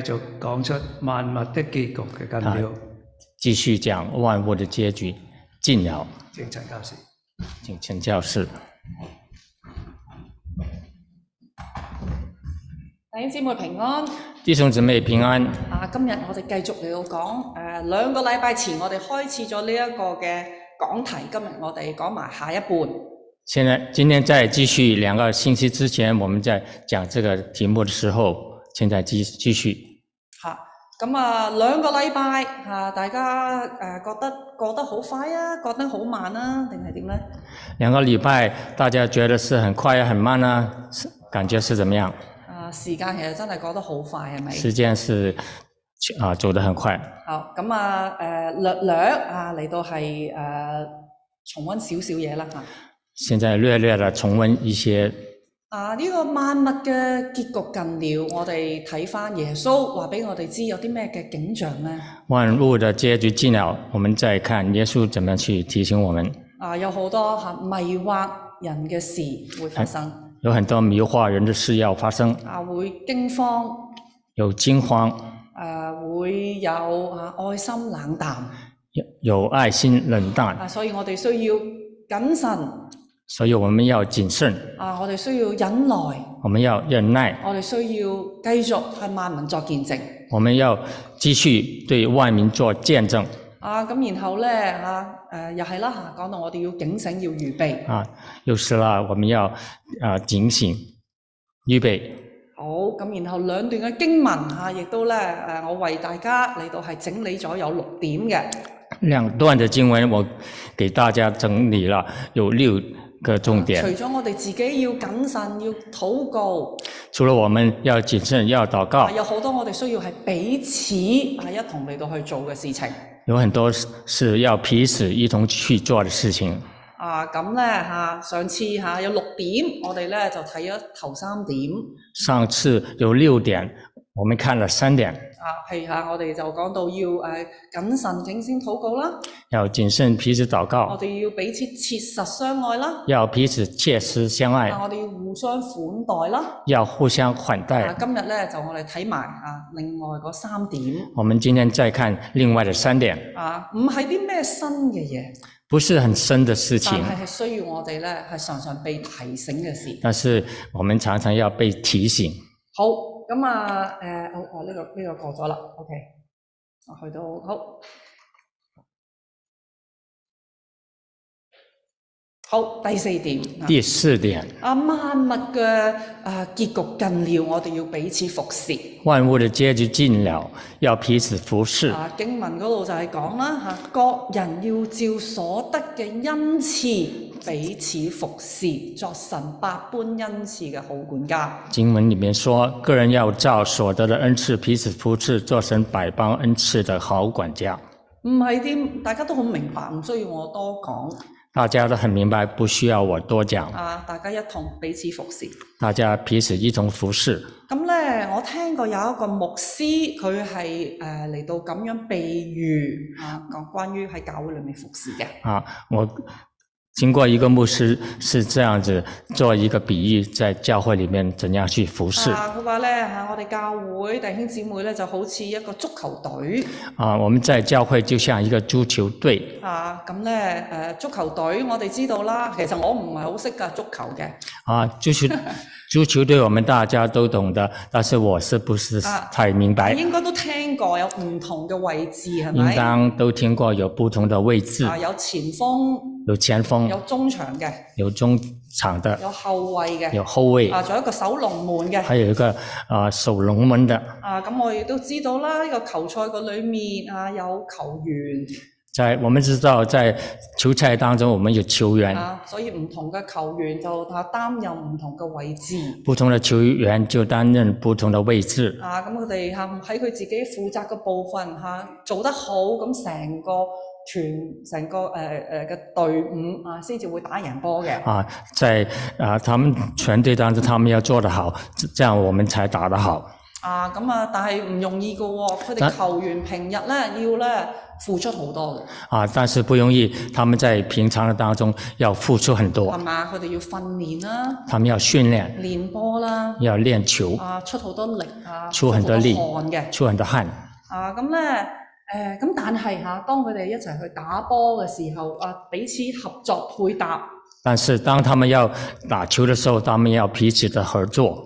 繼續講出萬物的結局嘅根料。继续讲万物的结局。近了，請陳教士。请陈教士。弟兄姊妹平安。弟兄姊妹平安。啊，今日我哋繼續嚟到講誒、呃、兩個禮拜前我哋開始咗呢一個嘅講題，今日我哋講埋下一半。现在今天再继续两个星期之前我们在讲这个题目的时候，现在继继续。嚇，咁啊兩個禮拜嚇，大家誒、呃、覺得過得好快啊，過得好慢啊，定係點呢？两个礼拜，大家觉得是很快很慢呢？是感觉是怎么样？啊，時間其實真係過得好快，係咪？时间是啊、走得很快。好，咁啊誒略略啊嚟到係誒、呃重温少少嘢啦嚇。现在略略的重温一些啊！呢、個萬物嘅結局近了，我哋睇翻耶穌話俾我哋知有啲咩嘅景象呢？万物的结局近了，我们再看耶稣怎么去提醒我们。啊，有好多嚇迷惑人嘅事會發生，有很多迷惑人的事要发生，啊會驚慌，有惊慌，啊會有啊愛心冷淡，有有爱心冷淡，啊所以我哋需要謹慎，所以我们要谨慎，啊我哋需要忍耐，我们要忍耐，我哋需要繼續向萬民作見證。我们要继续对万民做见证啊，咁然後呢，啊，誒又係啦嚇，講到我哋要警醒，要預備。啊！有时啦，我们要啊、警醒、预备。好，咁然後兩段嘅經文啊，亦都咧誒，我為大家嚟到係整理咗有六點嘅。两段的经文我给大家整理了有六个重点除。咗我哋自己要謹慎，要禱告，除了我们要谨慎、要祷告啊，，有好多我哋需要係彼此啊一同嚟到去做嘅事情。有很多是是要彼此一同去做的事情。啊，咁咧嚇，上次嚇、有六點，我哋咧就睇咗頭三點。上次有六点，我们看了三点，啊，譬如嚇、我哋就講到要誒、呃、謹慎警先禱告啦，要谨慎彼此祷我告，哋要彼此切實相愛啦，要彼此切实相爱啊，，我哋要互相款待啦。要互相款啊待，。今日咧就我哋睇埋啊，另外嗰三點我们今天再看另外的三点，啊，唔係啲咩新嘅嘢，不是很深的事但情，係係需要我哋咧係常常被提醒嘅事。但是我们常常要被提醒。好，咁啊誒，好哦呢、個呢、個過咗啦，OK，我去到好。好，第四點啊第四点，啊，萬物嘅啊結局近了，我哋要彼此服侍。万物的结局尽了，要彼此服侍。啊，經文嗰度就係講啦嚇，各人要照所得嘅恩賜彼此服侍，作神百般恩賜嘅好管家。经文里面说，个人要照所得的恩赐彼此服侍，做成百般恩赐的好管家。唔係啲大家都好明白，唔需要我多講大家都很明白，不需要我多讲。啊！大家一同彼此服侍。大家彼此一同服侍。咁咧，我聽過有一個牧師，佢係誒嚟到咁樣比喻啊，講關於喺教會裏面服侍嘅。啊，我经过一个牧师是这样子做一个比喻，在教会里面怎样去服侍啊，佢話咧嚇，我哋教會弟兄姊妹咧就好似一個足球隊。啊。我们在教会就像一个足球队啊，咁咧誒足球隊，我哋知道啦。其實我唔係好識㗎足球嘅。啊，足 球足球队我们大家都懂的，但是我是不是啊太明白？你應該都聽過有唔同嘅位置係应咪？当都听过有不同的位置，啊，有前鋒，有前锋，有中場嘅，有中场的，有後衞嘅，有后卫，啊，仲有一個守龍門嘅。还有一个啊、守龙门的。啊，咁我亦都知道啦。呢、個球賽嘅裏面啊，有球員在我们知道，在球赛当中，我们有球员，啊，所以唔同嘅球員就啊擔任唔同嘅位置。不同的球员就担任不同的位置，啊，咁佢哋嚇喺佢自己負責嘅部分嚇、做得好，咁成個團成個誒誒嘅隊伍啊，先至會打贏波嘅。啊，在啊、他们全队当中，他们要做得好，这这样我们才打得好。啊，咁啊，但係唔容易噶喎、佢哋但球員平日咧要咧付出好多嘅，啊，但是不容易，他们在平常的当中要付出很係多，嘛？佢哋要訓練啦、他们要训练，練波啦，要練球，啊出好多力啊，出很多力汗嘅。出很多汗。啊，咁咧誒，咁、但係嚇、當佢哋一齊去打波嘅時候，啊，彼此合作配搭，但是当他们要打球的时候，他们要彼此的合作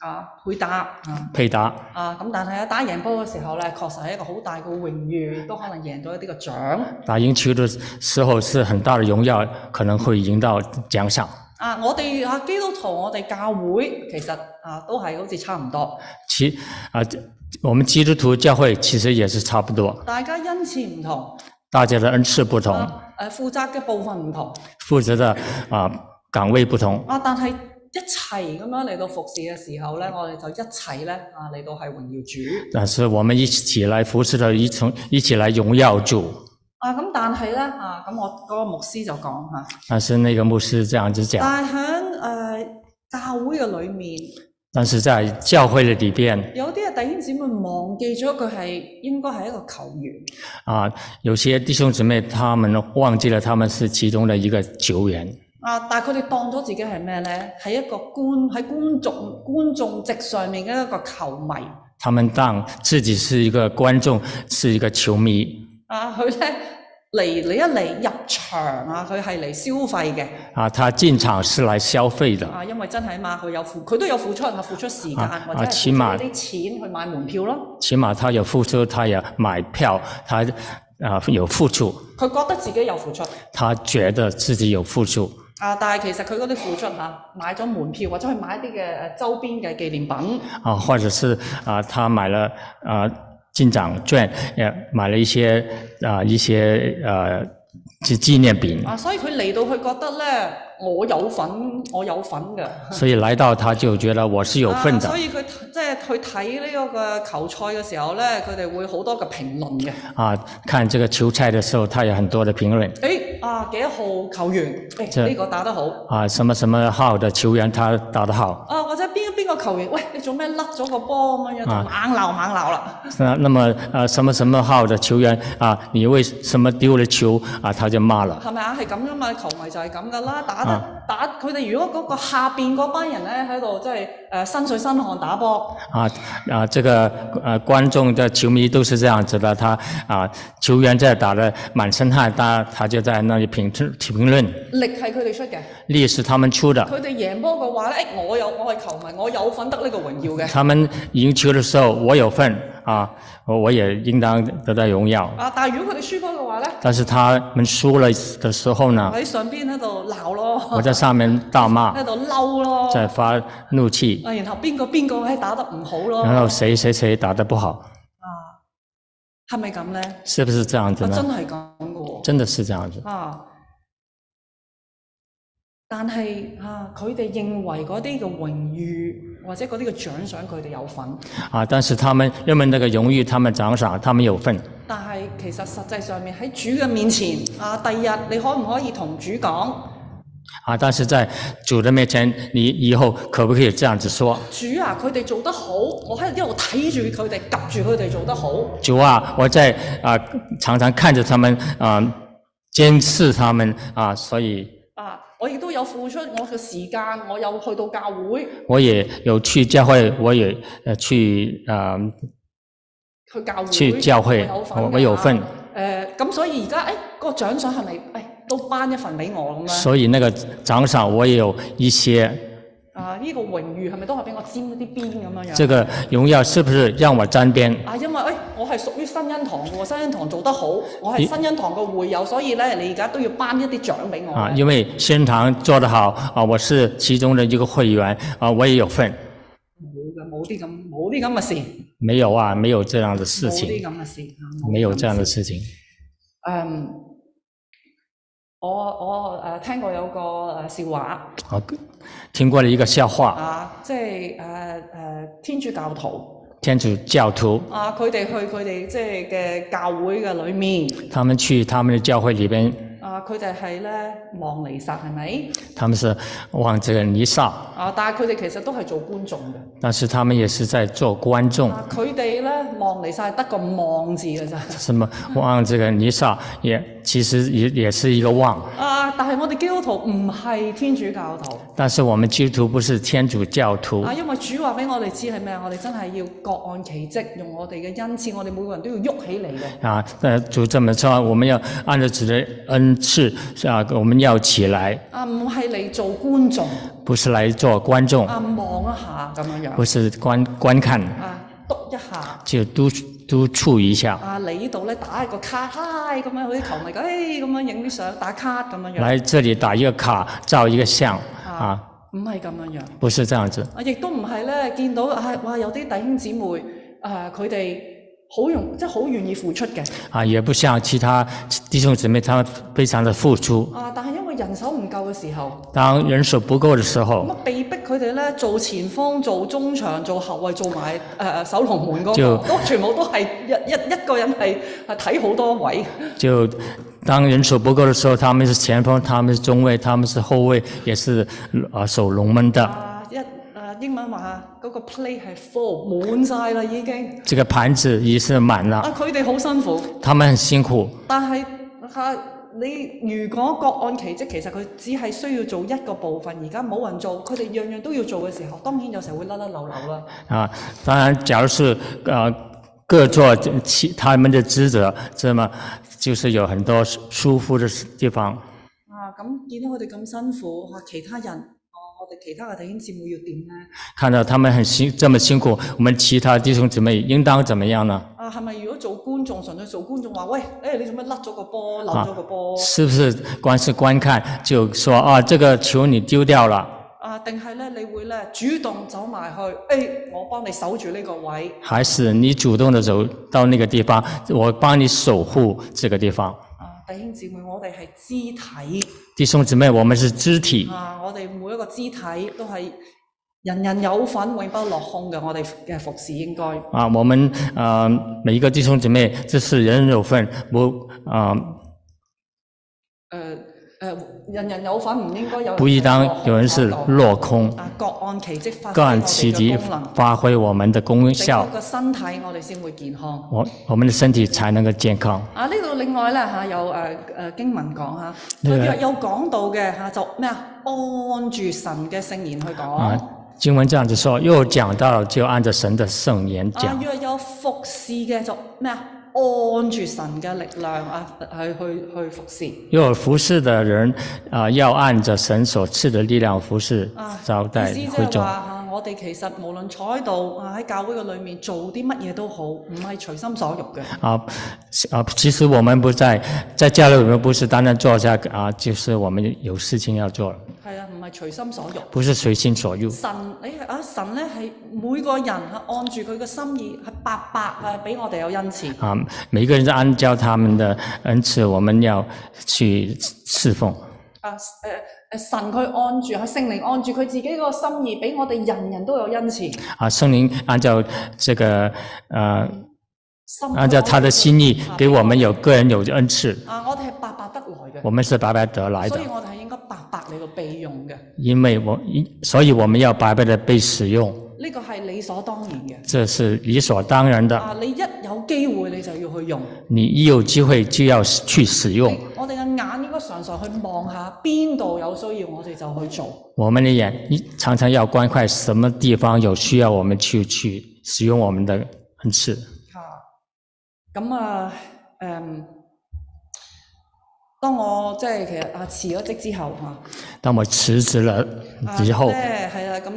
啊，配搭啊。配搭。啊，咁但係咧打贏波嘅時候咧，確實係一個好大嘅榮譽，都可能贏到一啲嘅獎。打赢球的时候是很大的荣耀，可能会赢到奖赏。啊，我哋啊基督徒，我哋教會其實啊都係好似差唔多，其啊、这我们基督徒教会其实也是差不多，大家恩賜唔同，大家的恩赐不同，啊誒負責嘅部分唔同，负责的啊、岗位不同，啊但係一齊咁樣嚟到服侍嘅時候咧，我哋就一齊咧啊嚟到係榮耀主。但是我们一起来服侍的，一同一起来荣耀主。啊，咁但係咧啊，咁我嗰個牧師就講嚇，但是那个牧师这样子讲，但係喺誒教會嘅裏面，但是在教会的里边有啲嘅弟兄姊妹忘記咗佢係應該係一個球員，啊，有些弟兄姊妹他们忘记了他们是其中的一个球员，啊，但係佢哋當咗自己係咩咧？係一個觀喺觀眾觀眾席上面嘅一個球迷他们当自己是一个观众，是一个球迷啊，佢咧嚟你一嚟入場啊，佢係嚟消費嘅啊，他进场是来消费的啊，因為真係嘛，佢有付佢都有付出啊，付出時間、啊或者啊係起付出碼一啲錢去買門票咯，起码他有付出，他也买票，他啊、有付出，佢覺得自己有付出。他觉得自己有付出，啊！但係其實佢嗰啲付出嚇，買咗門票或者去買一啲嘅誒周邊嘅紀念品，啊，或者是啊、他买了啊、进场券，也买了一些啊、一些呃纪纪念品，啊，所以佢嚟到佢覺得咧，我有份，我有份嘅，所以来到他就觉得我是有份的啊所以佢即係去睇呢個嘅球賽嘅時候咧，佢哋會好多嘅評論嘅。啊。看这个球赛的时候，他有很多的評論誒啊，幾多號球員？即係誒呢個打得好。啊，什么什么號的球員他打得好啊，或者邊邊個球員？喂，你做咩甩咗個波咁樣樣，就啊猛鬧猛鬧啦！那那么呃什么什么號的球員啊，你為什么丢了球啊？他就罵了。係咪啊？係咁噶嘛，球迷就係咁噶啦，打得、啊打佢哋如果嗰個下邊嗰班人咧喺度即係誒身水身汗打波，啊啊，这个呃，观众的球迷都是这样子的，他啊，球员在打的满身汗，他他就在那里评评论，力係佢哋出嘅。力是他们出的，佢哋贏波嘅話咧，誒我有我係球迷，我有份得呢個榮耀嘅。他们赢球的時候我有份啊，我我也应当得到荣耀，啊，但係如果佢哋輸波嘅話咧，但是他們輸了的時候呢，喺上邊喺度鬧我咯，在上面大罵，喺度嬲咯，在發怒氣，啊，然後邊個邊個喺打得唔好咯，然後誰誰誰打得不好，啊，係咪咁咧？啊，是不是這樣子真呢？係咁嘅喎。真的是這樣子。啊！但係啊，佢哋認為嗰啲嘅榮譽或者嗰啲嘅獎賞，佢哋有份。啊！但是他們認為那個榮譽，他們獎賞，他們有份。但係其實實際上面喺主嘅面前啊，第日你可唔可以同主講，啊，但是在主的面前，你以後可不可以這樣子說？主啊，佢哋做得好，我喺度一路睇住佢哋，及住佢哋做得好。主啊，我在啊、常常看着他們啊、監視他們啊、所以啊！我亦都有付出我嘅時間，我有去到教會我也有去教會，我也呃去啊、去教會，去教會我有份我㗎我有份誒咁、所以而家誒哎個獎賞係咪誒都頒一份俾我咁樣？所以那個獎賞我也有一些。啊！呢、個榮譽係咪都係俾我沾咗啲邊咁樣樣？這個榮耀是不是讓我沾邊？啊，因為誒、哎我係屬於新恩堂嘅喎，新恩堂做得好，我係咦新恩堂嘅會友，所以咧你而家都要頒一啲獎俾我啊，咧。因為仙堂做得好啊，我是其中的一個會員啊，我也有份。冇嘅，冇啲咁，冇啲咁嘅事，沒有啊，沒有這樣的事冇情，啲咁嘅事，啊沒有咁這樣的事事。情。嗯，我我誒、呃、聽過有個誒笑話啊，聽過了一個笑話，啊，即係誒誒天主教徒天主教徒啊，佢哋去佢哋即係嘅教會嘅裏面他們去他們的教會裏邊啊，啊，佢哋係咧望彌撒係咪？他们是望这个弥撒，啊，但係佢哋其實都係做觀眾嘅。但是他们也是在做观众，啊，佢哋咧望彌撒係得個望字嘅咋。什么望这个弥撒也其实也也是一个望。啊，但係我哋基督徒唔係天主教徒。但是我们基督徒不是天主教徒啊，，因為主話俾我哋知係咩啊？我哋真係要各按其職，用我哋嘅恩賜，我哋每個人都要喐起嚟嘅。啊，呃，主这么说，我们要按照主的恩赐啊，我们要起来，啊，唔係嚟做觀眾，不是来做观众，啊望一下咁樣樣，不是观观看，啊篤一下，就督督促一下，啊你呢度咧打一個卡，嗨咁樣，好似球迷咁，誒咁樣影啲相打卡咁樣樣，来这里打一个卡，照一个相啊，啊唔係咁樣樣，不是这样子。啊亦都唔係咧見到啊哇有啲弟兄姊妹啊佢哋好容即係好願意付出嘅，啊，也不像其他弟兄姊妹，他们非常的付出。啊但係因為人手唔夠嘅時候。当人手不够的时咁候，啊，被逼佢哋咧做前鋒、做中場、做後衞、做埋誒誒守龍門嗰、就個，都全部都係一一一個人係係睇好多位。就当人手不够的时候，他们是前锋，他们是中卫，他们是后卫，也是呃守龙门的。啊一啊英文話嗰個 play 係 full 滿晒啦已經，这个盘子已是满了，啊佢哋好辛苦，他们很辛苦。但係啊、你如果各按其職，其實佢只係需要做一個部分，而家冇人做，佢哋樣樣都要做嘅時候，當然有時候會甩甩漏漏啦。啊，当然，假如是呃各做其他们的职责，这么就是有很多疏疏忽的地方。啊咁見到佢哋咁辛苦，嚇、其他人，啊我哋其他嘅弟兄姊妹要點呢？看到他们很辛这么辛苦，我们其他弟兄姊妹应当怎么样呢？啊，係咪如果做觀眾，純粹做觀眾話，喂，誒、你做咩甩咗個波，漏咗個波？是不是光是观看就说啊这个球你丢掉了，啊，定係咧，你會咧主動走埋去，誒、我幫你守住呢個位。还是你主动的走到那个地方，我帮你守护这个地方？啊，弟兄姊妹，我哋係肢弟兄姊妹，我们是肢体體，啊，我哋每一個肢體都係人人有份，永不落空嘅。我哋嘅服侍應該啊，我们呃每一个弟兄姊妹，这是人人有份，不啊、誒誒，呃人人有份，唔應該有人不应落当空有人是啊落空，啊，各按其職發揮各按我其哋职嘅功能，发挥我们的功整效個，個身體我哋先會健康。我我们的身体才能够健康。啊！呢度另外咧嚇有誒誒、呃經文講嚇，呢個佢若有講到嘅嚇就咩啊？按住神嘅聖言去講。啊啊，经文这样子说，又讲到就按照神的圣言讲。若有服侍嘅就咩啊？按住神嘅力量啊，去去去服侍。又有服侍的人啊、要按着神所赐的力量服侍啊，招待意思会即係众。話啊嚇，我哋其實無論坐喺度啊，喺教會嘅裏面做啲乜嘢都好，唔係隨心所欲嘅。啊是啊，其实我们不在在家里，我们不是单单坐下啊，就是我们有事情要做，係啊，唔係隨心所欲。不是随心所欲。神，你啊神咧係每個人係按住佢嘅心意，係白白啊俾我哋有恩賜。啊，每个人都按照他们的恩赐，我们要去侍奉。啊誒誒神佢按住，佢聖靈按住佢自己個心意，俾我哋人人都有恩賜。啊，圣灵按照这个呃，心按照他的心意，给我们有个人有恩赐，啊，我哋係白白得來我们是白白得来嘅，的所以。我哋係應該白白嚟到備用嘅。因为我，因所以我们要白白的被使用，呢個係理所當然嘅。这是理所当然的。啊，你一有機會你就要去用。你一有机会就要去使用。我哋嘅眼應該常常去望下邊度有需要，我哋就去做。我们的眼，你常常要观看什么地方有需要，我们去去使用我们的恩赐。嚇、咁啊誒、當我即係其實啊辭咗職之後嚇。当我辞职了之后啊，咧係啦，咁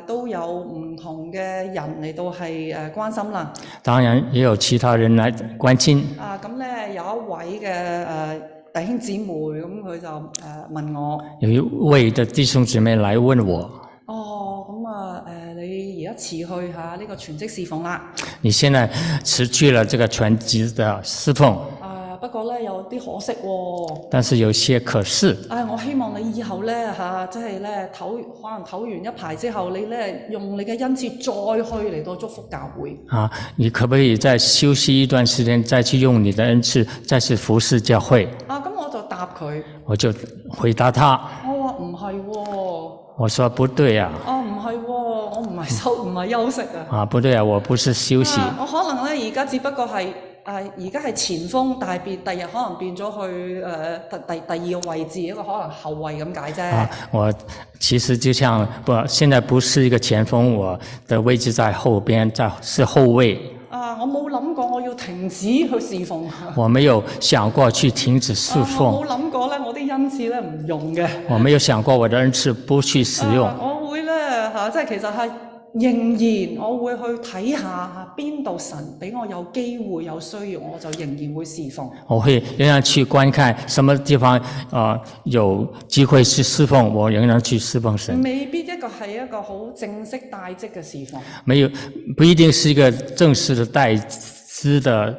咧誒都有唔同嘅人嚟到係誒關心啦。当然也有其他人来关心。啊，咁咧有一位嘅誒、弟兄姊妹，咁佢就誒、問我：有一位的弟兄姊妹来问我哦，咁啊誒，你而家辭去下呢、個全職侍奉啦。：“你現在辞去了这个全职的侍奉，啊，不過咧有啲可惜喎、但是有些可是，啊！我希望你以後咧嚇、即係咧唞，可能唞完一排之後，你咧用你嘅恩賜再去嚟到祝福教會。啊，你可不可以再休息一段时间，再去用你的恩赐，再去服侍教会啊，咁我就淡答佢，我就回答他，我話唔係喎，我我说不对啊，唔係喎，我唔係休 唔係休息啊。啊不对啊，我不是休息，啊我可能咧而家只不過係誒啊而家係前鋒，但係變第日可能變咗去誒、呃第第第二個位置，一個可能後衞咁解啫啊。，我其实就像不，现在不是一个前锋，我的位置在后边，在是后卫。啊，我冇諗過我要停止去侍奉。我没有想过去停止侍啊奉我，冇諗過咧，我啲恩賜咧唔用嘅。我没有想过我的恩赐不去使用啊。我會咧嚇、啊即係其實係仍然我會去睇下嚇邊度神俾我有機會有需要，我就仍然會侍奉。我会仍然去观看什么地方啊、呃有机会去侍奉，我仍然去侍奉神。未必一個係一個好正式帶職嘅侍奉。没有不一定是一个正式的代资的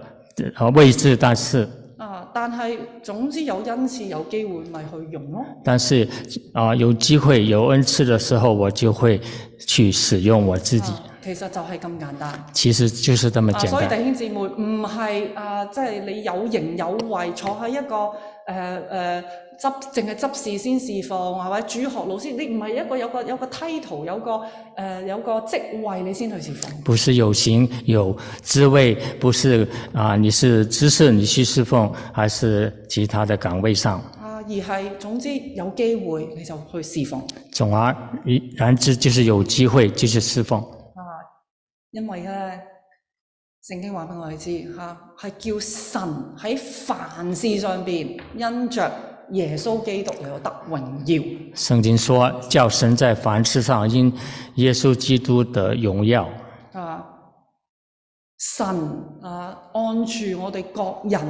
呃位置，但是啊，但係總之有恩賜有機會咪去用咯。但是啊、呃有机会有恩赐的时候，我就会去使用我自己。啊其實就係咁簡單。啊其实就是这么简所以单。弟兄姊妹唔係啊，即係你有形有位坐喺一個誒誒執，淨係執事先侍奉，或者主學老師，你唔係一個有個有個 title 有個誒、呃有個職位你先去侍奉。不是有形有滋味，不是啊、你是知识你去侍奉，还是其他的岗位上？啊，而係總之有機會你就去侍奉。总而言之，就是有机会就去侍奉。啊，因為咧聖經話俾我哋知嚇，係、叫神喺凡事上邊因着耶穌基督嚟到得榮耀。圣经说，叫神在凡事上因耶稣基督的荣耀，啊，神啊，按住我哋各人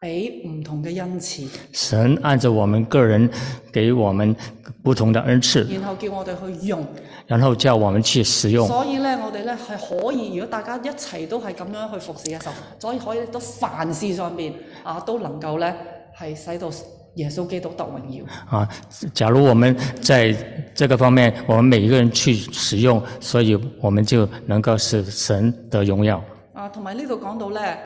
俾唔同嘅恩賜，神按着我们个人给我们不同的恩赐，然後叫我哋去用。然后叫我们去使嗯用。所以咧，我哋咧係可以，如果大家一齊都係咁樣去服侍嘅時候，所以可以都凡事上邊啊都能夠咧係使到耶穌基督得榮耀。啊，假如我们在这个方面，我们每一个人去使用，所以我们就能够使神的荣耀。啊，同埋呢度講到咧，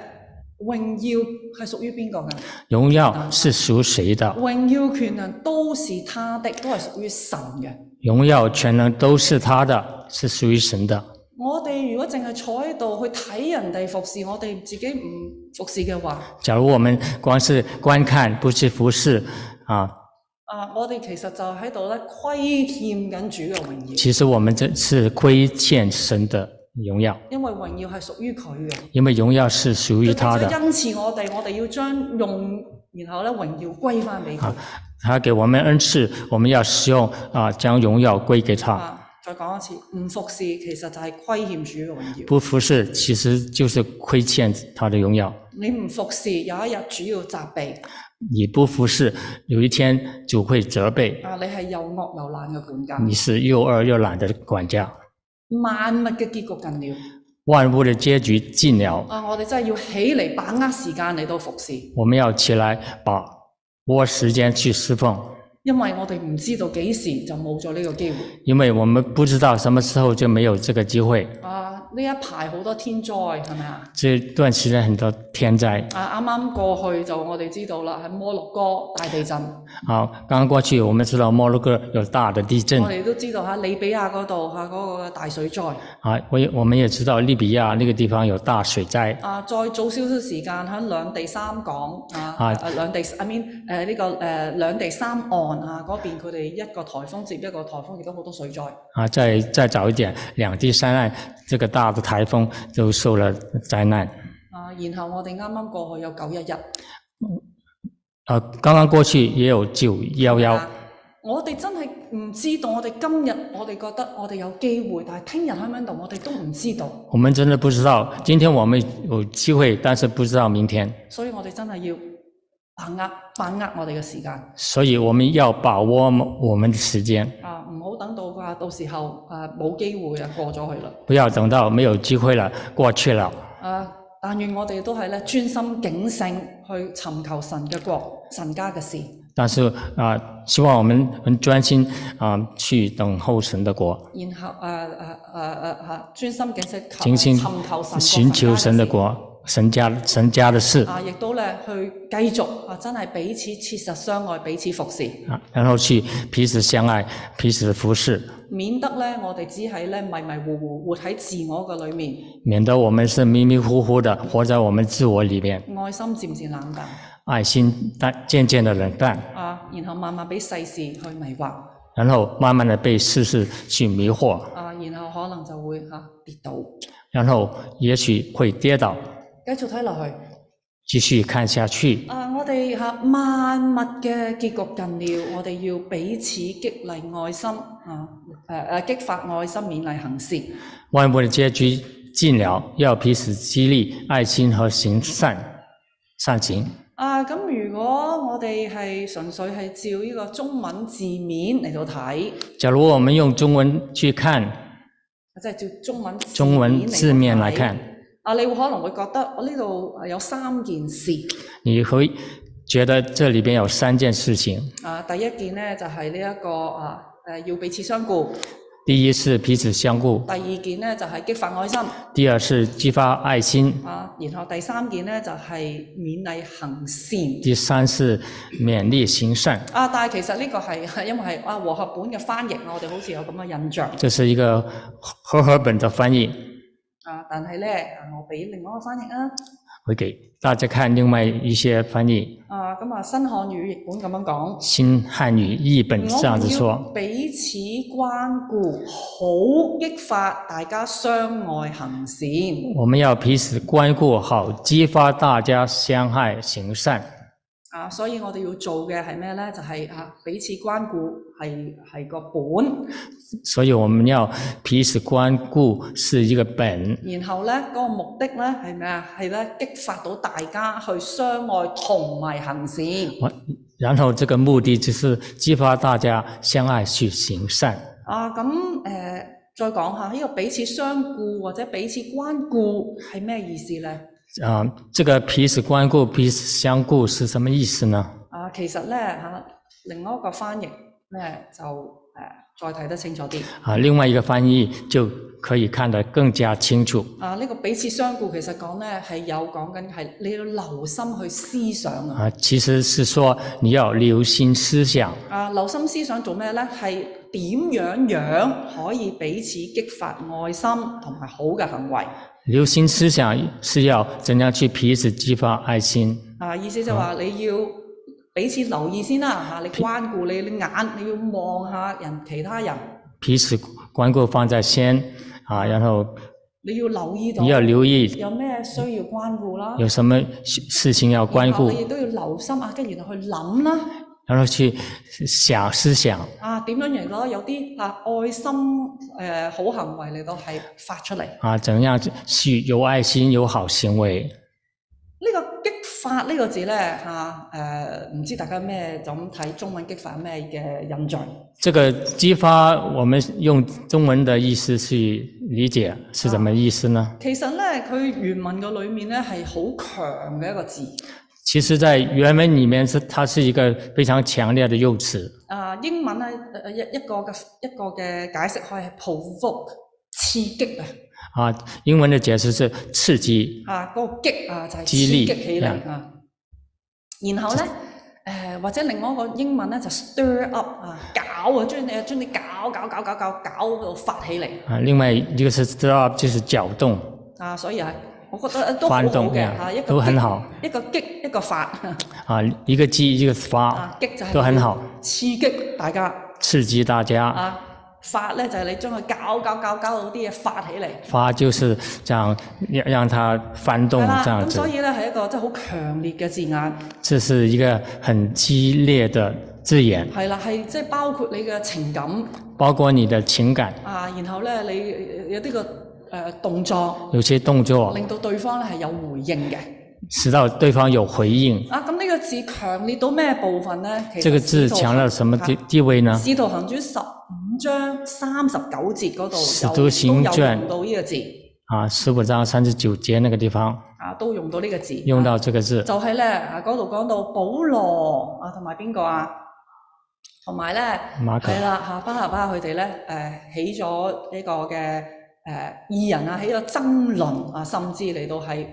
榮耀係屬於邊個㗎？荣耀是属谁的？榮耀權能都是他的，都係屬於神嘅。荣耀全能都是他的，是属于神的。我哋如果淨係坐喺度去睇人哋服侍，我哋自己唔服侍嘅話，假如我们光是观看，不去服侍，啊，啊，我哋其實就喺度咧虧欠緊主嘅榮耀，其實我们这是亏欠神的荣耀，因為榮耀係屬於佢嘅，因为荣耀是属于他佢俾咗的。恩賜我哋，我哋要將用，然後咧榮耀歸翻俾啊佢。他给我们恩赐，我们要使用啊，将荣耀归给他。啊，再講一次，唔服侍其實就係虧欠主嘅榮耀。不服侍其实就是亏欠他的荣耀。你唔服侍，有一日主要責備。你不服侍，有一天就会责备。啊，你係又惡又懶嘅管家，你是又恶又懒的管家。萬物嘅結局近了。万物的结局尽了，啊，我哋真係要起嚟把握時間嚟到服侍，我们要起来把握时间去侍奉，因為我哋唔知道幾時就冇咗呢個機會。因为我们不知道什么时候就没有这个機會。啊，呢一排好多天災係咪啊？这段時間很多天灾，啊，啱啱過去就我哋知道啦，喺摩洛哥大地震，好，刚刚过去我们知道摩洛哥有大的地震我哋都知道喺利比亞嗰度嚇嗰個大水災。啊，我也我们也知道利比亞那个地方有大水灾啊，再早少少時間喺兩地三港啊，係啊兩地 I mean 誒、呢、個誒、兩地三岸啊嗰邊佢哋一個颱風接一個颱風，亦都好多水災。啊，再再早一点，兩地三岸这个大的台風都受了灾難。啊，然後我哋啱啱過去有九一一，啊，刚刚過去也有九幺幺，啊我哋真係唔知道，我哋今日我哋覺得我哋有機會，但係聽日喺唔喺度，我哋都唔知道，我們真的不知道，今天我们有機會，但是不知道明天，所以我哋真係要把握把握我哋嘅時間。所以我们要把握我们的時間，啊，唔好等到啊，到時候啊冇機會啊過咗去啦。不要等到沒有機會了，過去了。啊！但願我哋都係咧專心警醒去尋求神嘅國、神家嘅事。但是啊、希望我们很专心啊、去等候神的国。然後啊啊啊啊啊，專心警醒求警醒尋求神國寻求神的家嘅事。国，神家神家的事啊，亦都咧去繼續啊，真係彼此切實相愛，彼此服侍，啊，然后去彼此相爱，彼此服侍，免得咧我哋只係咧迷迷糊糊活喺自我嘅裏面，免得我们是迷迷糊糊的活在我们自我里面，愛心漸漸冷淡爱心淡渐渐的冷淡，啊，然後慢慢俾世事去迷惑然后慢慢的被世事去迷惑，啊，然後可能就會嚇、啊跌倒。然后也许会跌倒。繼續睇落去继续看下去，啊，我哋嚇、啊、萬物嘅結局近了，我哋要彼此激勵愛心啊，誒、誒激發愛心，勉勵行善。万物的结局尽了，要彼此激励爱心和行善善行。啊，咁如果我哋係純粹係照呢個中文字面嚟到睇，假如我们用中文去看，啊即係照中文字中文面嚟到字面来睇看，啊，你會可能會覺得我呢度有三件事。你会觉得这里边有三件事情：啊，第一件呢，就係呢一個啊誒要彼此相顧；第一是彼此相顾，第二件呢，就係、激發愛心；第二是激发爱心，啊，然後第三件呢，就係、勉勵行善。第三是勉励行善。啊，但係其實呢個係 因為係啊和合本嘅翻譯，我哋好似有咁嘅印象。这是一个和合本的翻译，啊，但係呢，啊我俾另外一個翻譯啊。会给大家看另外一些翻译，啊，咁啊，新漢語譯本咁樣講。新汉语译本我这样子們要说。彼此關顧，好激發大家相愛行善。我们要彼此关顾好，激发大家相爱行善。啊，所以我哋要做嘅係咩呢？就係、啊，彼此關顧係係個本，所以我们要彼此关顾是一个本，然後呢，嗰、個目的呢係咩啊？係咧激發到大家去相愛同埋行善。我然后这个目的就是激发大家相爱去行善。啊，咁誒、呃再講下呢、個彼此相顧或者彼此關顧係咩意思呢？啊、这个彼此关顾、彼此相顾是什么意思呢？啊，其實咧嚇、另外一個翻譯咧就誒、再睇得清楚啲。啊，另外一个翻译就可以看得更加清楚。啊，呢、個彼此相顧其實講咧係有講緊係你要留心去思想啊。啊，其实是说你要留心思想，啊，留心思想做咩咧？係點樣樣可以彼此激發愛心同埋好嘅行為？留心思想是要怎样去彼此激发爱心。啊，意思就話你要彼此留意先啦、嚇、你關顧你你眼，你要望下人其他人，彼此关顾放在先啊，然后你要留意到你要留意有咩需要關顧啦。有什么事事情要关然後顾，啊你亦都要留心啊，跟住原來去諗啦，然后去想思想啊點樣嚟咯？有啲啊愛心誒、呃好行為嚟到係發出嚟，呢、啊，怎样去有爱心、有好行为。個激發呢個字咧嚇誒，唔知大家咩就咁睇中文激發有咩嘅印象？这个激发，我们用中文的意思去理解是什么意思呢？其實咧，佢原文嘅裡面咧係好強嘅一個字其实，在原文里面是它是一个非常强烈的用词，啊、英文咧呃一一個嘅一個嘅解釋可以係 provoke 刺激啊啊，英文的解释是刺激，啊嗰、個激啊就係、刺激力激起嚟啊。然後咧，誒、或者另外一個英文咧就 stir up 啊，搞啊，將你將你搞搞搞搞搞搞到發起嚟啊，另外一个是 stir 就是搅动，啊，所以係我覺得都好好翻動嘅呀嚇，一個都很激好，一個激一個發啊，一个激一个发，啊，激就係都很好，刺激大家刺激大家。啊，發咧就係、你將佢搞搞搞搞到啲嘢發起嚟。发就是这样让让它翻动係啦，这样咁子所，以咧係一個真係好強烈嘅字眼，这是一个很激烈的字眼，係啦，係即係包括你嘅情感包括你的情感，啊，然後咧你有啲個誒動作，有些动作令到對方咧係有回應嘅。使到对方有回应。啊，咁呢個字強烈到咩部分呢？其實这个字强调什么地地位呢？使徒行傳十五章三十九節嗰度使有徒行都有傳用到呢個字，啊，十五章三十九节那个地方啊都用到呢個字。用啊到这个字，就係咧啊，嗰度講到保羅啊，同埋邊個啊？同埋咧，馬可係啦嚇，巴拿巴佢哋咧誒起咗呢個嘅誒二人啊，起咗爭論啊，甚至嚟到係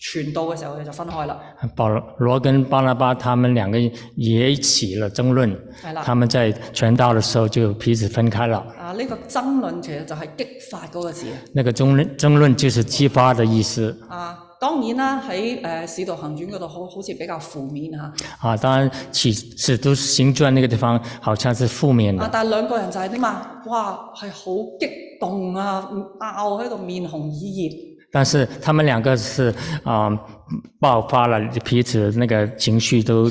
傳道嘅時候，佢哋就分開啦，保罗跟巴拉巴他们两个也起了争论，係啦。他们在传道的时候就彼此分开了。啊，呢、個爭論其實就係激發嗰個字啊。那个争论争论就是激发的意思啊，當然啦，喺誒、呃使徒行傳嗰度好好似比較負面嚇。啊。当然，起使徒行传那个地方好像是负面啊的，但係兩個人就係點啊？哇，係好激動啊，拗喺度面紅耳但是他们两个是啊、爆发了彼此那个情绪都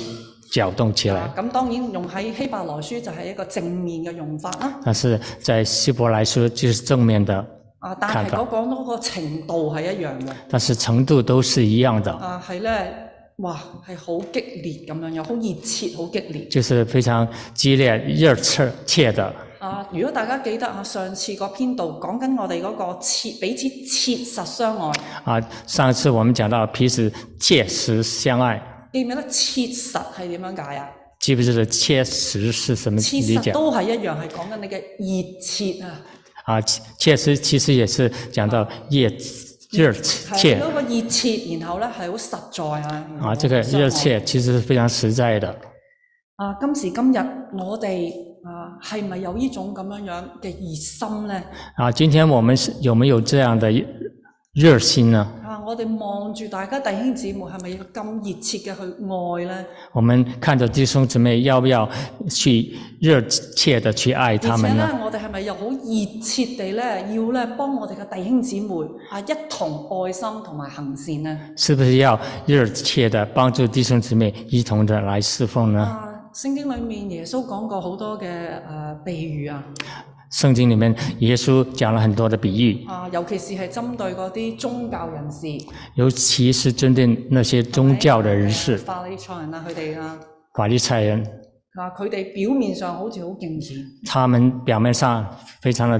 搅动起熱。来啊。咁、當然用喺希伯來書就係一個正面嘅用法啦。但是在希伯来说就是正面的，啊，但看係法嗰講嗰個程度係一樣嘅。但是程度都是一样的，啊，係咧，哇，係好激烈咁樣，又好熱切，好激烈。就是非常激烈、热切切的。啊！如果大家記得啊，上次個篇度講緊我哋嗰個切彼此切實相愛，啊，上次我们讲到彼此切实相爱，記唔記得切實係點樣解啊？记不记得切实是什么切理實解？都係一樣，係講緊你嘅熱切啊，啊，切切实其实也是讲到热热係切嗰個熱切，然後咧係好實在啊。啊，这个热切其实是非常实在的。啊，今時今日我哋啊係咪有呢種咁樣樣嘅熱心咧？啊，今天我们是有没有这样的热心呢？啊，我哋望住大家弟兄姊妹係咪要咁熱切嘅去愛咧？我们看着弟兄姊妹，要不要去热切的去爱他而且们咧呢？，我哋係咪又好熱切地咧，要咧幫我哋嘅弟兄姊妹啊一同愛心同埋行善呢？是不是要热切的帮助弟兄姊妹一同的来侍奉呢？啊，聖經裡面耶穌講過好多嘅誒、呃比喻啊，圣经里面耶稣讲了很多的比喻，啊，尤其是係針對嗰啲宗教人士、尤其是针对那些宗教的人士、法利賽人啊，佢哋啊，法利赛人，啊，佢哋表面上好似好敬虔，他们表面上非常的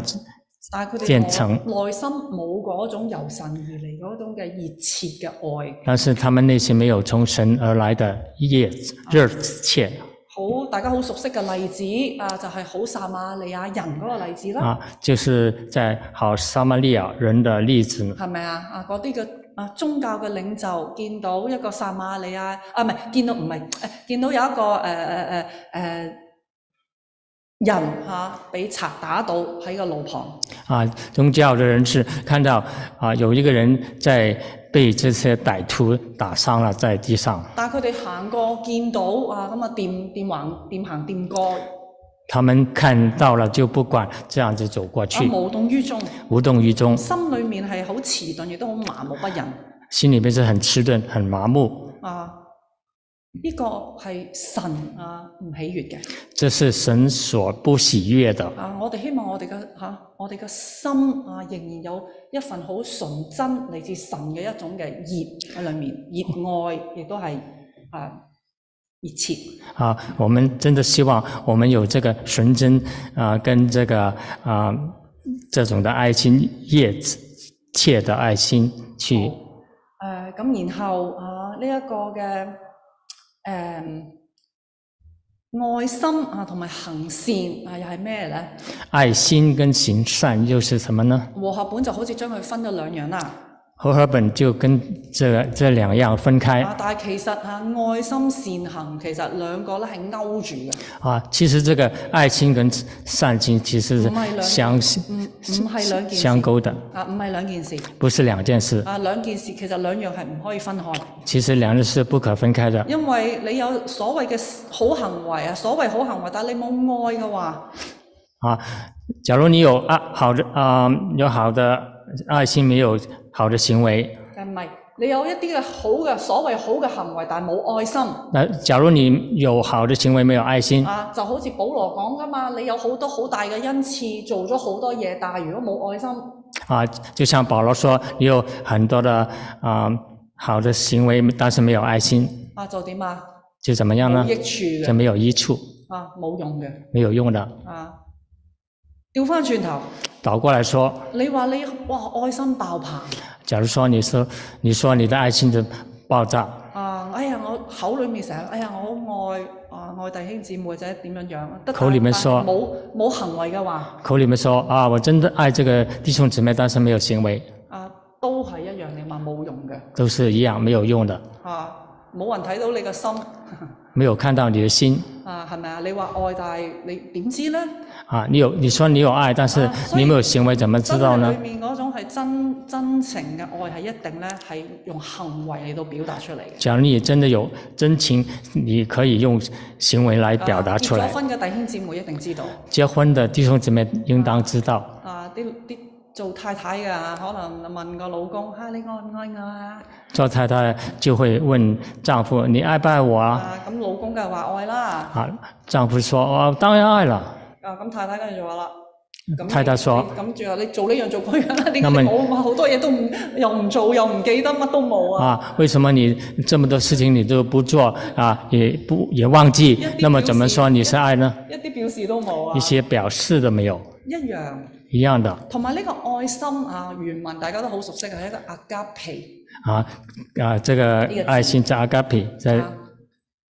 但係佢哋虔內誠內心冇嗰種由神而嚟嗰種嘅熱切嘅愛。但是他们内心没有从神而来的热热切好，大家好熟悉嘅例子啊，就係、好撒瑪利亞人嗰個例子啦。啊，就是在好撒玛利亚人的例子係咪啊？啊，嗰啲嘅啊宗教嘅領袖見到一個撒瑪利亞啊，唔係見到唔係誒，見到有一個誒誒誒誒人嚇、啊俾賊打到喺個路旁啊，宗教的人士看到啊有一个人在被这些歹徒打伤了在地上，但係佢哋行過見到啊，咁啊掂掂橫掂行掂過啊，他们看到了就不管，这样子走过去，啊無動於衷，无動于衷，心裏面係好遲鈍，亦都好麻木不仁心里面是很迟钝、很麻木，啊！呢、個係神啊唔喜悅嘅。这是神所不喜悦的。啊！我哋希望我哋嘅嚇，我哋嘅心啊，仍然有一份好純真嚟自神嘅一種嘅熱喺裏面，熱愛亦都係啊熱切。啊，我们真的希望我们有这个纯真啊、跟这个啊、这种的爱心，热切的爱心去誒、咁，然後啊呢一、個嘅誒、愛心啊，同埋行善啊，又係咩咧？爱心跟行善又是什么呢？和合本就好似將佢分咗兩樣啦。和合本就跟这这两样分开啊，但係其實啊，愛心善行其實兩個咧係勾住嘅，啊。其实这个爱心跟善心其实唔係是兩相唔唔係兩件事相勾的，啊，唔係兩件事。不是两件事。啊，兩件事其實兩樣係唔可以分開，其实两件事不可分开的。因為你有所謂嘅好行為啊，所謂好行為，但你冇愛嘅話，啊，假如你有啊好的啊、有好的爱心，没有好的行为，誒唔係你有一啲嘅好嘅所謂好嘅行為，但冇愛心那假如你有好的行为，没有爱心，啊，就好似保羅講㗎嘛，你有好多好大嘅恩賜，做咗好多嘢，但係如果冇愛心，啊，就像保罗说，你有很多的啊、好的行为，但是没有爱心，啊就點啊，就怎么样呢冇益？處就嘅，没有益处，啊冇用嘅，没有用的。啊調翻轉頭，倒过来说，你話你哇愛心爆棚假如说你说你说你的爱心的爆炸，啊！哎呀，我口裏面成日，哎呀，我好愛啊，愛弟兄姊妹或者點樣樣，得口裏面說但係冇冇行為嘅話，口里面说啊，我真的爱这个弟兄姊妹，但是没有行为，啊，都係一樣，你話冇用嘅。都是一样没有用的，啊，冇人睇到你個心没有看到你的心啊，係咪啊？你話愛，但係你點知呢？啊。你有你说你有爱，但是啊所以你没有行为，怎么知真道係呢裏？面嗰種係真真情嘅愛係一定咧係用行為嚟到表達出嚟嘅。假如你真的有真情，你可以用行为来表达出啊来結咗。婚嘅弟兄姊妹一定知道结婚的弟兄姊妹应当知道，啊！啲啲做太太嘅啊可能問個老公：啊，你愛唔愛我啊？做太太就会问丈夫：“你爱不愛我啊啊，咁老公梗係話愛？”啦。啊，丈夫说：“哦，当然爱了。啊，咁太太跟住就話啦。咁太太你說你咁仲有你做呢樣做嗰樣啦，你 那麼我我好多嘢都唔又唔做又唔記得乜都冇啊！啊，为什么你这么多事情你都不做啊，也不也忘记？那么怎么说你是爱呢？一啲表示都冇啊！一些表示都没有，一樣，一样的同埋呢個愛心啊，原文大家都好熟悉嘅，係一個阿加皮啊啊，这个一个字爱心在阿嘎比，在啊，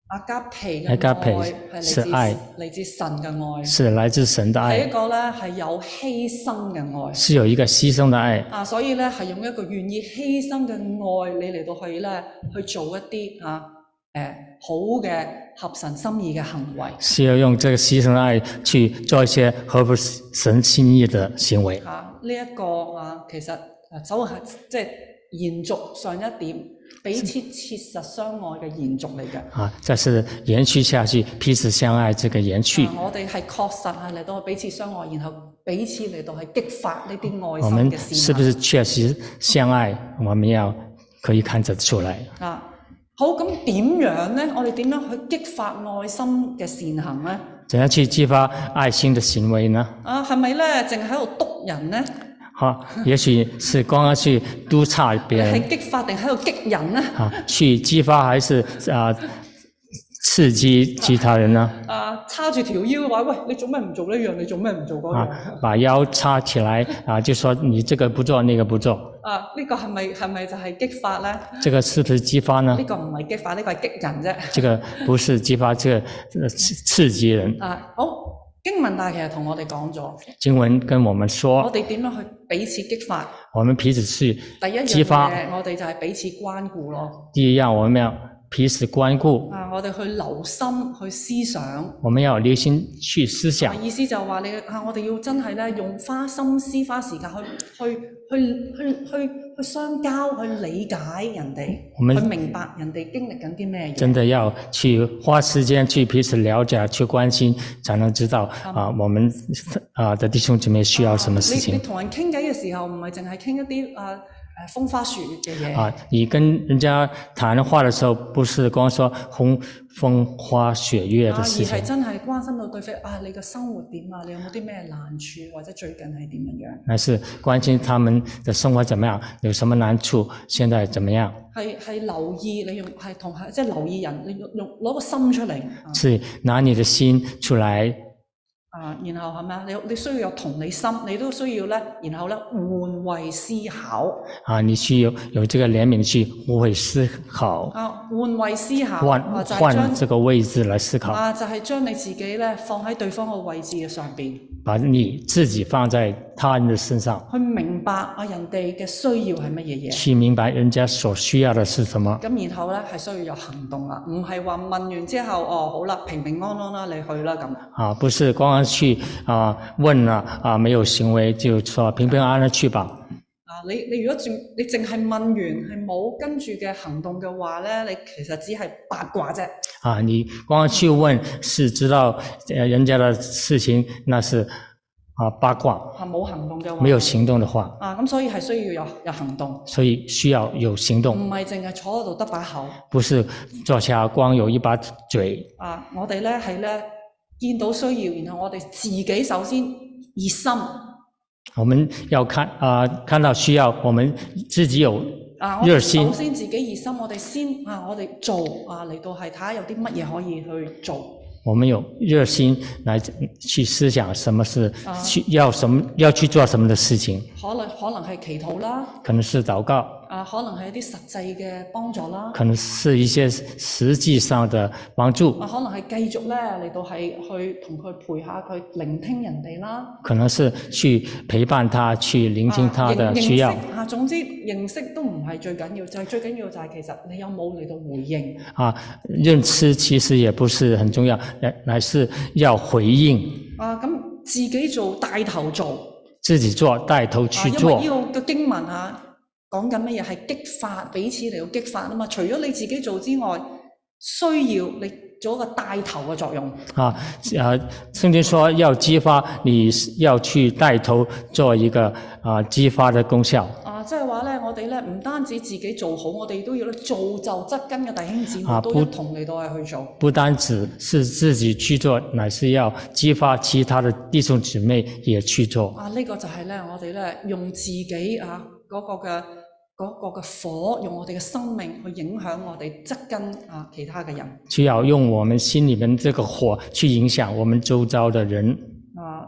阿加皮嘅 agape 愛是係嚟愛自嚟自神嘅是来自神的愛，係爱一，個咧係有犧牲嘅愛是有一个牺牲的爱啊，所以咧係用一個願意犧牲嘅愛你嚟到去咧去做一啲啊誒好嘅合神心意嘅行為是要用这个牺牲的爱去做一些合乎神心意的行为。啊，呢、一個啊其實啊走係即係延續上一點，彼此切實相愛嘅延續嚟嘅。啊，这是延续下去，彼此相爱这个延续啊。我哋係確實係嚟到彼此相愛，然後彼此嚟到係激發呢啲愛我心们嘅是事不物是确实相爱？我们要可以看得出来。啊。好，咁點樣呢？我哋點樣去激發愛心嘅善行呢？怎样去激发爱心的行为呢？啊，係咪呢？淨係喺度督人呢？哈、也许是光要去督察别人 係激發定喺度激人呢？啊，去激发还是啊、刺激其他人呢？啊，叉住條腰話：喂，你做咩唔做呢樣？你做咩唔做嗰啊樣？，把腰叉起来啊，就说你这个不做，那个不做，啊，呢個係咪係咪就係激發呢？这个是不是激发呢呢？個唔係激發，呢個係激人啫。这个不是激发，这个呃刺刺激人。啊，好，經文大其實同我哋講咗，经文跟我们我说，哋點樣去彼此激發？我们彼此去第一樣激發嘢，我哋就係彼此關顧咯。第一样，我们要彼此关顾，啊，我哋去留心去思想。我们要留心去思想啊，意思就係話你啊，我哋要真係咧用花心思、花時間去去去去去去相交、去理解人哋，我們去明白人哋經歷緊啲咩嘢。真的要去花时间去彼此了解、去关心，才能知道啊、我们啊、的弟兄姊妹需要什么事你你情同人傾偈嘅時候，唔係淨係傾一啲啊誒風花雪月嘅嘢。啊、你跟人家谈话的时候，不是光说红风花雪月啊！的而事係情，真係關心到對方啊，你嘅生活點啊？你有冇啲咩難處，或者最近係點樣樣？而是关心他们的生活怎么样，有什么難處，现在怎么样，係係留意你用係同係即係留意人，你用用攞個心出嚟啊是拿你的心出来啊，然後係咪啊？你你需要有同理心，你都需要咧，然後咧換位思考啊，你去有有这个怜悯去会思考，啊，換位思考换啊，就係换將这个位置来思考，啊就係將你自己咧放喺對方嘅位置嘅上邊，把你自己放在他人的身上，去明白啊人哋嘅需要係乜嘢嘢。去明白人家所需要的是什么。咁然後咧係需要有行動啦，唔係話問完之後哦好啦平平安安啦你去啦咁。啊，不是光光去啊问了啊没有行为就说平平安安的去吧。啊！你你如果淨你淨係問完係冇跟住嘅行動嘅話咧，你其實只係八卦啫。啊，你光光去问是知道呃人家的事情，那是啊八卦，啊冇行動嘅話，没有行动的话，啊咁，所以係需要有有行動，所以需要有行唔动，係淨係坐喺度得把口。不是坐下光有一把嘴啊，我哋咧係咧見到需要，然後我哋自己首先熱心。我们要看啊、看到需要，我们自己有啊，我熱哋心首先自己熱心，我哋先啊，我哋做啊嚟到係睇下有啲乜嘢可以去做。我们有热心来去思想什么是啊去要什么要去做什么的事情，可能可能係祈禱啦，可能是祷告，啊，可能係一啲實際嘅幫助啦，可能是一些实际上的帮助，啊，可能係繼續咧嚟到係去同佢陪下佢，聆聽人哋啦。可能是去陪伴他，去聆听他的需要啊認認識啊，總之認識都唔係最緊要，就係最緊要就係其實你有冇嚟到回應啊。认知其实也不是很重要，乃乃是要回应，啊。咁自己做帶頭做自己做，带头啊，去因做為。呢個嘅經文啊講緊乜嘢係激發彼此嚟到激發啊嘛。除咗你自己做之外，需要你做一個帶頭嘅作用。啊，呃，圣经说要激发，你是要去带头做一个啊、激发的功效啊，即係話咧，我哋咧唔單止自己做好，我哋都要咧造就側根嘅弟兄姊啊妹都不一同嚟到係去做。不单只是自己去做，乃是要激发其他的弟兄姊妹也去做。啊，呢、個就係咧，我哋咧用自己啊嗰、個嘅嗰、個嘅火，用我哋嘅生命去影響我哋側根啊其他嘅人需要用我们心里面这个火去影响我们周遭的人，啊，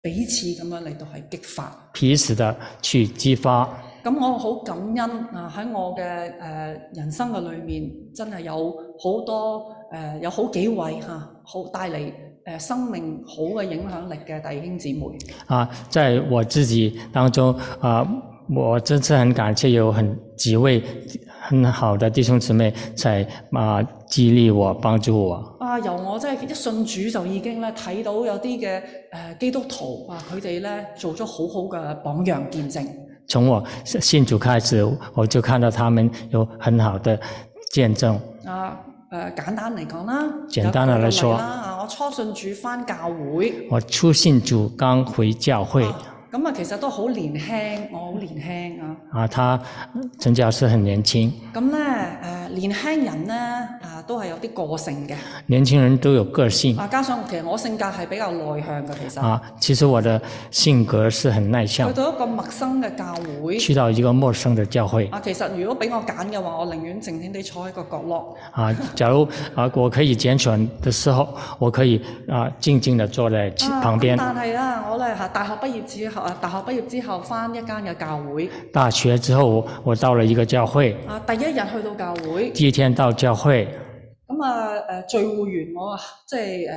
彼此咁樣嚟到係激發。彼此的去激发。咁我好感恩啊！喺我嘅誒、呃人生嘅裏面，真係有好多誒、呃有好幾位嚇、啊好帶嚟誒、呃生命好嘅影響力嘅弟兄姊妹。啊，在我自己当中啊，我真是很感谢有很几位很好的弟兄姊妹在啊激励我、帮助我。啊！由我真係一信主就已經咧睇到有啲嘅誒基督徒啊，佢哋咧做咗好好嘅榜樣見證。从我信主开始，我就看到他们有很好的见证。啊誒、呃、簡單嚟講啦，簡單地嚟說有個例啦啊，我初信主翻教會，我初信主刚回教会啊咁啊其實都好年輕，我好年輕啊。啊，他陈教师很年轻，咁咧誒呃年輕人咧啊都係有啲個性嘅，年轻人都有个性啊加上其實我性格係比較內向嘅，其實啊。其实我的性格是很内向去，到一個陌生嘅教會。去到一个陌生的教会啊，其實如果俾我揀嘅話，我寧願靜靜地坐喺個角落，啊，假如啊我可以拣选的时候，我可以啊静静的坐在其啊旁边。但係啦，我咧嚇大學畢業之後啊，大學畢業之後翻一間嘅教會大学之后，我我到了一个教会，啊，第一日去到教會第一天到教会咁啊誒聚會完，我啊即係誒誒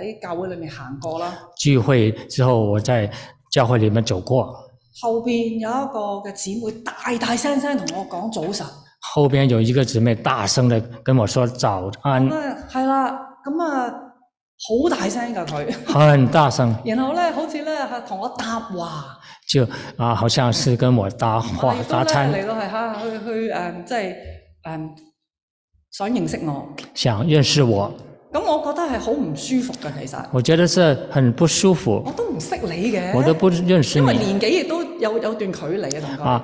喺教會裏面行過啦。聚会之后，我在教会里面走过，後邊有一個嘅姊妹大大聲聲同我講早晨，后边有一个姊妹大声的跟我说早 安咁，啊係啦，咁啊好大聲㗎佢， 很大声，然後咧好似咧嚇同我搭話，就啊好像是跟我搭我话亦都搭餐，咧嚟到係嚇去去誒、即係誒、想認識我。想认识我，咁我覺得係好唔舒服嘅，其實我覺得是很不舒服我，都唔識你嘅，我都不认识因為你年紀亦都有有段距離啊，同佢啊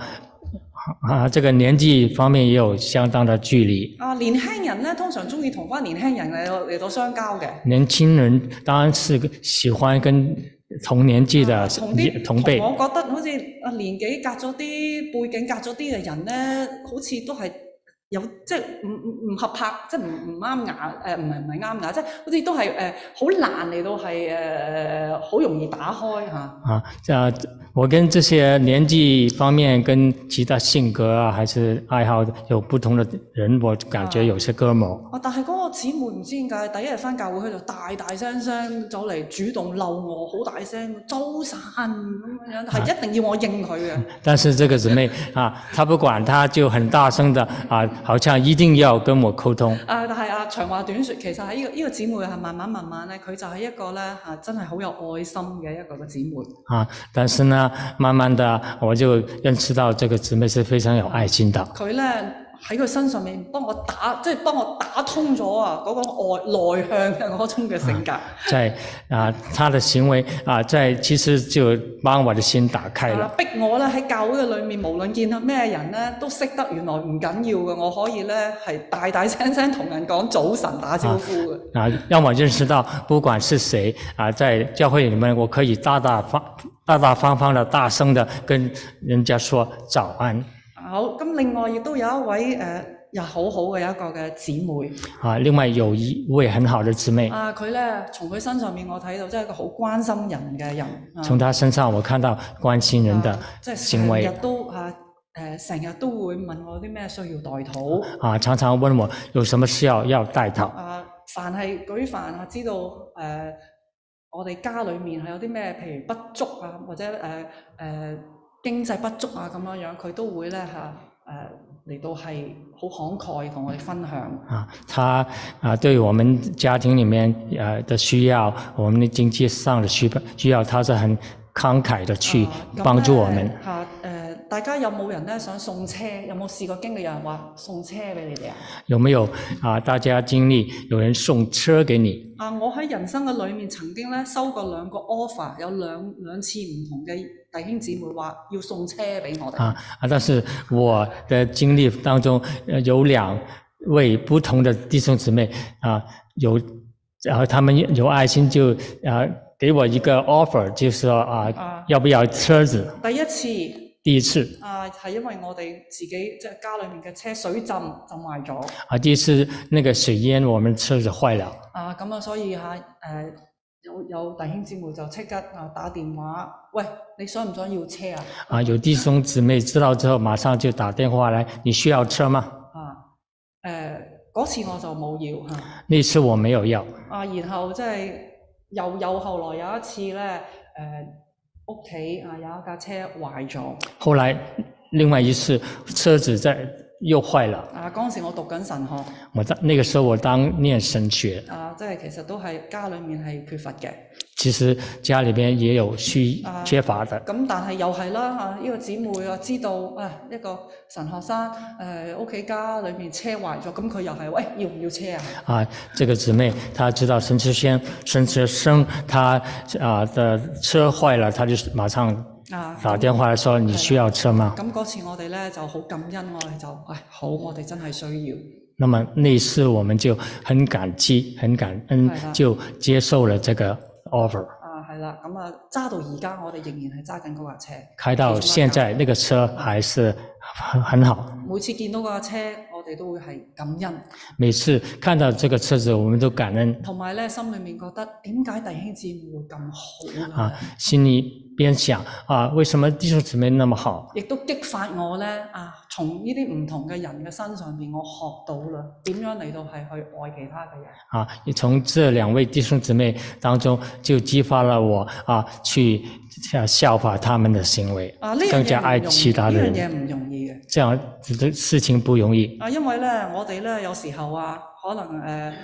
啊，这个年纪方面也有相当的距离。啊，年輕人咧通常中意同翻年輕人嚟到嚟到相交嘅，年轻人当然是喜欢跟同年纪的啊同啲同辈我覺得好似啊年紀隔咗啲背景隔咗啲嘅人咧，好似都係有即係唔唔唔合拍，即係唔唔啱眼誒，唔係唔係啱眼，即係好似都係誒好難嚟到係誒好容易打開嚇。啊，这样我跟这些年纪方面跟其他性格啊还是爱好有不同的人，我感觉有些隔膜。啊！但係嗰個姊妹唔知點解，第一日翻教會佢就大大聲聲走嚟主動嬲我，好大聲，早晨咁樣，係一定要我應佢嘅。但是这个姊妹啊，她不管，她就很大声的啊，好像一定要跟我沟通啊，但係啊，長話短説，其實喺呢、個呢、個姊妹係慢慢慢慢咧，佢就係一個咧嚇、真係好有愛心嘅一個嘅姊妹。啊。但是呢，慢慢的我就认识到这个姊妹是非常有爱心的啊佢咧喺佢身上面幫我打，即係幫我打通咗啊嗰個外內向嘅嗰種嘅性格。在啊，她的行为啊，在其实就帮我的心打开了啊。逼我咧喺教會嘅裏面，無論見到咩人咧，都識得原來唔緊要嘅，我可以咧係大大聲聲同人講早晨打招呼嘅。啊，让我认识到，不管是谁啊，在教会里面，我可以大大方、大大方方的、大声的跟人家说早安好，咁另外亦都有一位誒、呃又好好嘅一個嘅姊妹啊。另外有一位很好的姊妹，啊，佢咧從佢身上面我睇到真係一個好關心人嘅人，啊从她身上我看到关心人的啊即係行成为日都啊誒、誒成日都會問我啲咩需要代禱啊，常常问我有什么需要要代祷啊，凡係舉凡啊，知道誒、呃我哋家裡面係有啲咩，譬如不足啊，或者誒誒、呃呃、經濟不足啊咁樣樣，佢都會咧嚇誒嚟到係好慷慨同我哋分享。啊，他啊，对我们家庭里面呃的需要，我们的经济上的需需要，他是很慷慨的去啊咁帮助咧我们。嚇誒、呃大家有冇人咧想送車？有冇試過經歷有人話送車俾你哋啊？有没有啊？大家经历有人送车给你啊！我喺人生嘅裏面曾經咧收過兩個 offer，有兩兩次唔同嘅弟兄姊妹話要送車俾我哋。啊啊！但是我的经历当中，呃有两位不同的弟兄姊妹啊，有然后他们有爱心就啊给我一个 offer，就是说啊啊要不要车子？第一次第一次啊，係因為我哋自己即係家裏面嘅車水浸浸壞咗啊，第一次那个水淹我们车子坏了。啊，咁啊，所以嚇誒、呃有有弟兄姊妹就即刻啊打電話，喂，你想唔想要車啊？啊，有弟兄姊妹知道之后，马上就打电话来，你需要车吗？啊誒嗰、次我就冇要嚇。那次我没有要，啊，然後即係又又後來有一次咧，誒屋企啊有一架車壞咗，后来另外一次车子在又坏了，啊嗰陣時我讀緊神學，我当那个时候我当念神学，啊即係其實都係家裡面係缺乏嘅，其实家里边也有需啊缺乏的咁但係又係啦嚇，啊呢、個姊妹啊知道啊一個神學生誒屋企家裡面車壞咗，咁佢又係喂要唔要車啊？啊。这个姊妹她知道神学生神学生他啊的车坏了，她就马上啊打电话来说你需要车吗？咁嗰次我哋咧就好感恩，我哋就唉好，我哋真係需要。那么那次我们就很感激，很感恩是，的就接受了这个 offer。啊，係啦，咁啊揸到而家，我哋仍然係揸緊嗰架車。开到现在，那个车还是很很好。每次見到架車，我哋都會係感恩，每次看到这个车子，我们都感恩同埋咧心裏面覺得點解弟兄姊妹會咁好啊啊？，心里边想啊，为什么弟兄姊妹那么好？亦都激發我咧啊，從呢啲唔同嘅人嘅身上面，我學到啦點樣嚟到係去愛其他嘅人。啊，也从这两位弟兄姊妹当中，就激发了我啊，去啊效法他们的行为啊，呢，樣更加嘢爱唔容易其他的呢樣人。嘢唔容易嘅。这样的事情不容易啊，因為咧我哋咧有時候啊，可能誒誒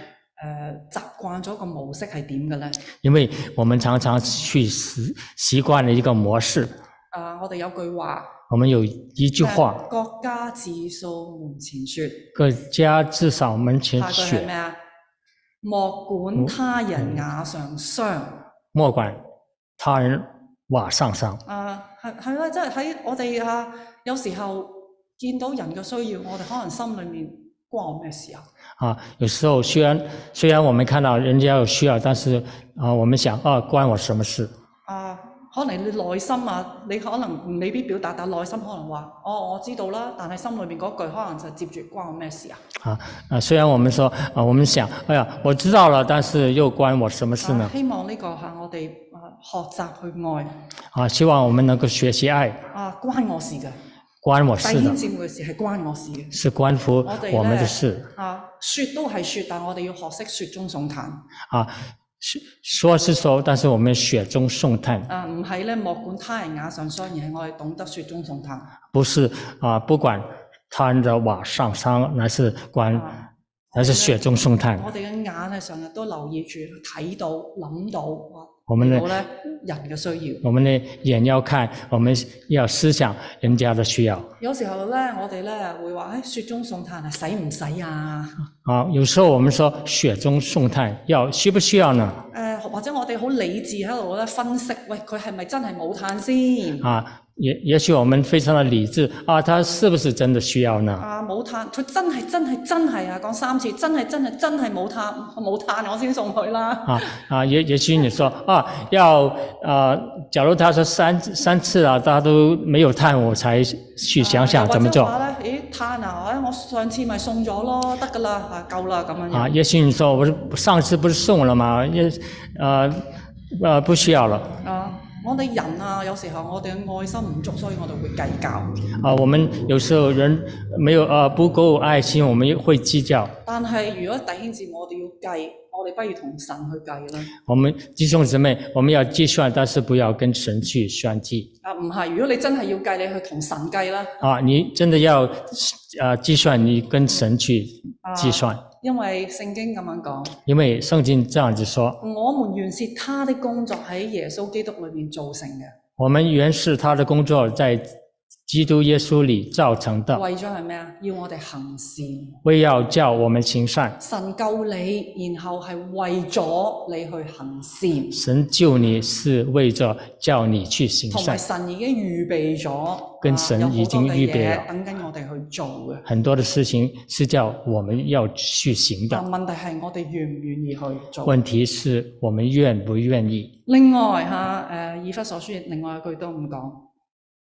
習慣咗個模式係點嘅咧。因为我们常常去习习惯了一个模式。啊，我哋有句話，我们有一句话誒國家自掃門前雪。：“各家至少门前下句雪嗯係。咩啊？莫管他人瓦上霜莫管他人瓦上霜。啊，係係啦，即係喺我哋啊，有時候見到人嘅需要，我哋可能心裏面關我咩事啊？啊，有时候虽然虽然我们看到人家有需要，但是啊，我们想啊，关我什么事？啊，可能你內心啊，你可能未必表達，但內心可能話：哦，我知道啦，但係心裏面嗰句可能就接住關我咩事啊？啊啊，虽然我们说啊，我们想，哎呀，我知道了，但是又关我什么事啊呢？希望呢個係我哋啊學習去啊，希望我们能够学习爱，愛啊，關我事嘅关我事弟兄的，姊妹嘅事係關我事嘅。是关乎我哋我们的呢事啊，雪都係雪，但我哋要學識雪中送炭。啊。是说是说，但是我们雪中送炭，啊，唔係咧，莫管他人瓦上霜，而係我哋懂得雪中送炭。不是啊，不管他人的瓦上霜，而是关，啊哦而是雪中送炭。我哋嘅眼咧，成日都留意住睇到、諗到，哇我們呢睇到咧人嘅需要。我们的眼要看，我们要思想人家的需要有時候咧，我哋咧會話：，誒、哎雪中送炭啊，使唔使啊？啊。有时候我们说雪中送炭，要需不需要呢？誒、或者我哋好理智喺度咧分析，喂，佢係咪真係冇炭先？啊，也也许我们非常的理智啊，他是不是真的需要呢？啊，冇炭，佢真係真係真係啊！講三次，真係真係真係冇炭，冇炭我先送佢啦。啊啊，也也许你说啊，要啊，假如他说三三次啊，他都没有炭，我才去想想怎么做啊又或者話咧，咦，炭啊，哎我上次咪送咗咯，得噶啦，啊，夠啦咁樣樣。啊。也许你啊说我是上次不是送了吗？也呃呃不需要了啊，我哋人啊，有時候我哋嘅愛心唔足，所以我哋會計較。啊，我们有时候人没有啊不够爱心，我们又会计较。但係如果弟兄姊妹我哋要計，我哋不如同神去計啦。我们弟兄姊妹，我们要计算，但是不要跟神去算计啊，唔係，如果你真係要計，你去同神計啦。啊！你真的要呃计算，你跟神去啊计算，因為聖經咁樣講，因為圣经这样子说，我們原是他的工作喺耶穌基督裏面造成嘅，我们原是他的工作在基督耶稣里造成的，為咗係咩啊？要我哋行善，为要叫我们行善。神救你，然後係為咗你去行善。神救你是为着叫你去行同善，埋神已經預備咗，跟神啊有好多已經嘅預備嘢了等緊我哋去做嘅。很多的事情是叫我们要去行但的。問題係我哋願唔願意去做。问题是我们愿不愿意。另外嚇，誒以弗所書另外一句都唔講，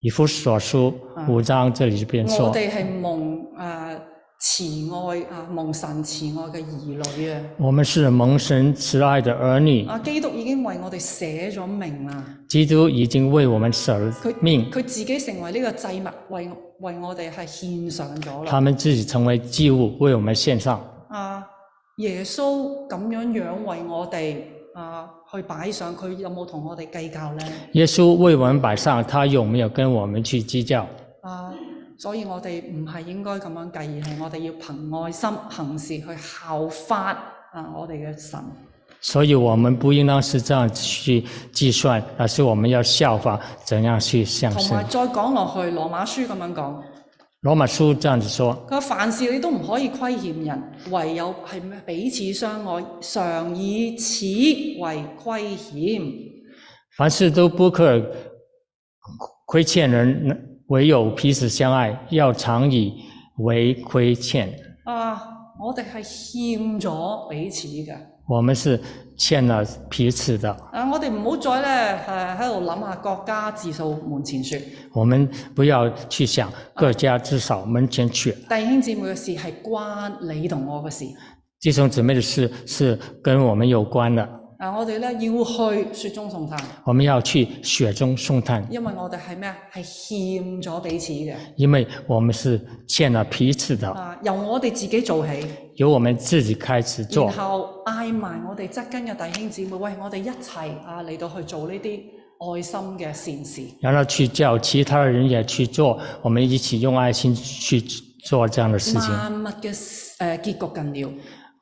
以弗所书啊五章这里边说我，哋係蒙誒、啊慈愛啊，蒙神慈愛嘅兒女啊。我们是蒙神慈爱的儿女，啊，基督已經為我哋寫咗命啦，基督已经为我们舍了佢命，佢自己成為呢個祭物，為為我哋係獻上咗啦他。们自己成为祭物为我们献上。啊，耶穌咁樣樣為我哋啊去擺上，佢有冇同我哋計較呢？耶稣为我们摆上，他有没有跟我们去计较？啊，所以我哋唔係應該咁樣計，而係我哋要憑愛心行事去效法啊我哋嘅神。所以我们不应当是这样去计算，而是我们要效法怎样去向同神埋。再講落去，羅馬書咁樣講，罗马书这样子说：佢話凡事你都唔可以虧欠人，唯有係咩彼此相愛，常以此為虧欠。凡事都不可亏欠人，唯有彼此相爱，要常以为亏欠。啊，我哋係欠咗彼此嘅。我们是欠了彼此的，啊！我哋唔好再咧，誒喺度諗下國家自掃門前雪，我们不要去想各家至少门前雪。弟兄姊妹嘅事係關你同我嘅事。弟兄姊妹的事是跟我们有關的，啊！我哋咧要去雪中送炭，我们要去雪中送炭，因為我哋係咩啊？係欠咗彼此嘅。因为我们是欠了彼此的，啊！由我哋自己做起，由我们自己开始做然，後嗌埋我哋側根嘅弟兄姊妹，喂，我哋一齊啊嚟到去做呢啲愛心嘅善事。然後去叫其他人也去做，我们一起用爱心去做这样的事情。萬物嘅誒、呃、結局近了，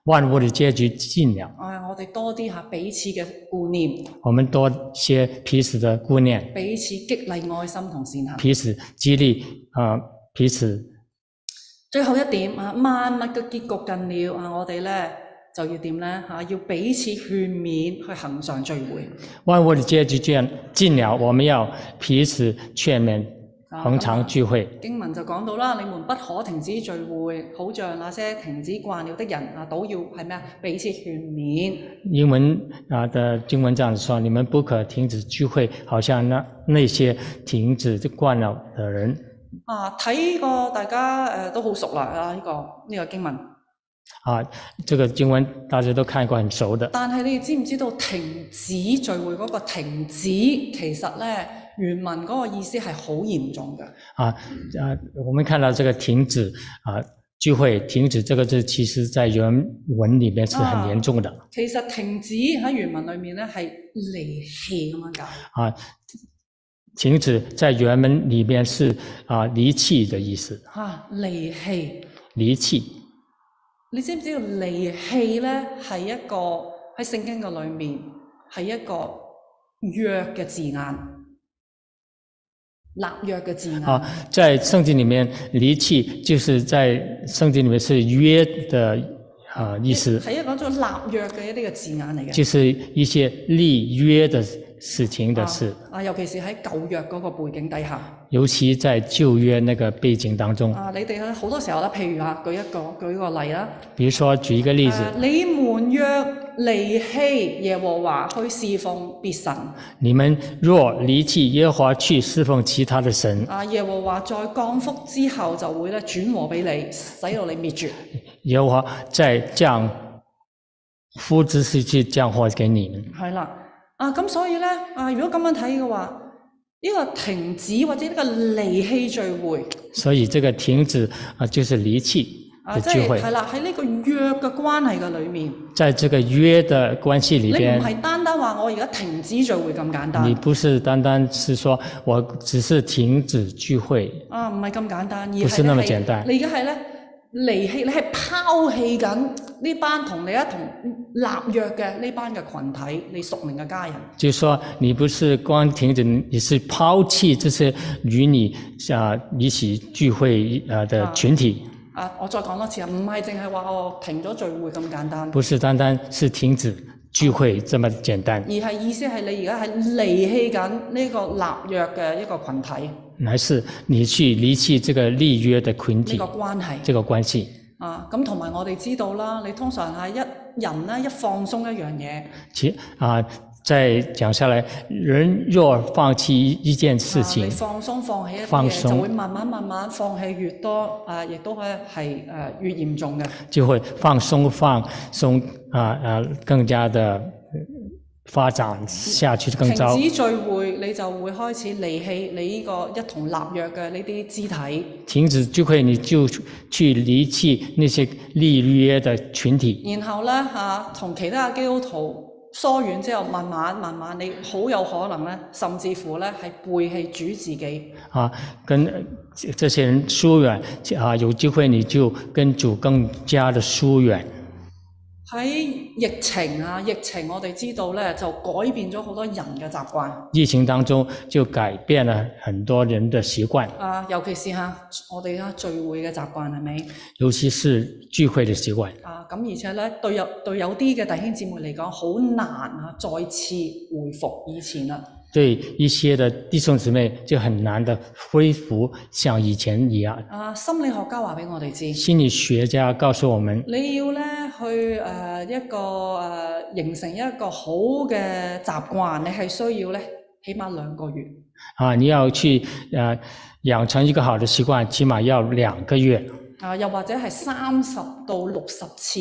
萬物的結局近了，啊！我哋多啲下彼此嘅顧念，我们多些彼此的顾念，彼此激勵愛心同善行。彼此激勵，啊、彼此最後一點啊，萬物嘅結局近了啊，我哋咧就要點咧嚇？要彼此勸勉去行上聚會。万物的结局近近了，我们要彼此劝勉，啊恒常聚会。經文就講到啦，你們不可停止聚會，好像那些停止慣了的人啊，倒要係咩啊？彼此勸勉。英文啊的经文这样子说：你们不可停止聚会，好像那那些停止惯了的人。啊，睇過大家誒、呃都好熟啦啊！呢、個呢、個經文，啊，这个经文大家都看过，很熟的。但係你哋知唔知道停止聚會嗰個停止其實咧原文嗰個意思係好嚴重嘅。啊啊，我们看到这个停止啊聚会停止这个字，其实在原文里面是很严重的其實停止喺原文裏面咧係離棄咁樣解，啊。停止在原文里面是啊离弃的意思，嚇、啊離棄。离弃。你知唔知道離棄咧係一個喺聖經嘅裏面係一個約嘅字眼，立約嘅字眼。啊，在圣经里面，离弃就是在圣经里面是约的啊、呃意思，係一個種立約嘅一啲嘅字眼嚟嘅。就是一些立约的事情的事，啊，尤其是喺舊約嗰個背景底下，尤其在旧约那个背景当中。啊，你哋喺好多時候咧，譬如啊，舉一個舉個例啦，比如说，举一个例子，啊你們若離棄耶和華去侍奉別神。你们若离弃耶和华去侍奉其他的神，啊，耶和華在降福之後就會咧轉和俾你，使到你滅絕。耶和华再降夫之事去降祸给你们。係啦，啊啊，咁所以咧，啊，如果咁樣睇嘅話，呢、個停止或者呢個離棄聚會所以这个停止啊，就是离弃啊，的即聚係会，係啦，喺呢個約嘅關係嘅裏面，在这个约的关系里你边唔，係單單話我而家停止聚會咁簡你單不是单单是说我只是停止聚会，啊，唔係咁簡單，而不是那麼係簡呢單你而家係咧離棄，你係拋棄緊呢班同你一同立約嘅呢班嘅群體，你屬靈嘅家人。就是说你不是光停止，你是抛弃这些与你啊一起聚会啊的群体，啊，我再講多次啊，唔係淨係話我停咗聚會咁簡單，不是单单是停止聚会这么简单而，係意思係你而家係離棄緊呢個立約嘅一個群體，而是你去离弃这个立约的群呢体個關係。这个关系。啊，咁同埋我哋知道啦，你通常係一人咧一放鬆一樣嘢，其啊，再讲下来，人若放弃一一件事啊、情你，放鬆放棄一放啲嘢，鬆就會慢慢慢慢放棄越多，啊，亦都係係誒越嚴重嘅。就会放松放松啊啊，更加的发展下去更停糟。止聚會，你就會開始離棄你呢個一同立約嘅呢啲肢體，停止聚会，你就去离弃那些立约的群体，然後咧嚇同其他嘅基督徒疏遠之後，慢慢慢慢你好有可能咧，甚至乎咧係背棄主自己。啊，跟呃这这些人疏远啊，有机会你就跟主更加的疏远。喺疫情啊，疫情我哋知道咧就改變咗好多人嘅習慣疫情当中就改变了很多人的习惯，啊，尤其是嚇、我哋而家聚會嘅習慣係咪尤其是聚會的习惯。啊？咁而且咧對有對有啲嘅弟兄姊妹嚟講，好難啊，再次回復以前啦。对一些的弟兄姊妹就很难的恢复像以前一样。啊，心理學家話俾我哋知，心理学家告诉我们，你要咧去誒、呃一個誒、呃形成一個好嘅習慣，你係需要咧起碼兩個月。啊，你要去呃养成一个好的习惯，起码要两个月，啊，又或者係三十到六十次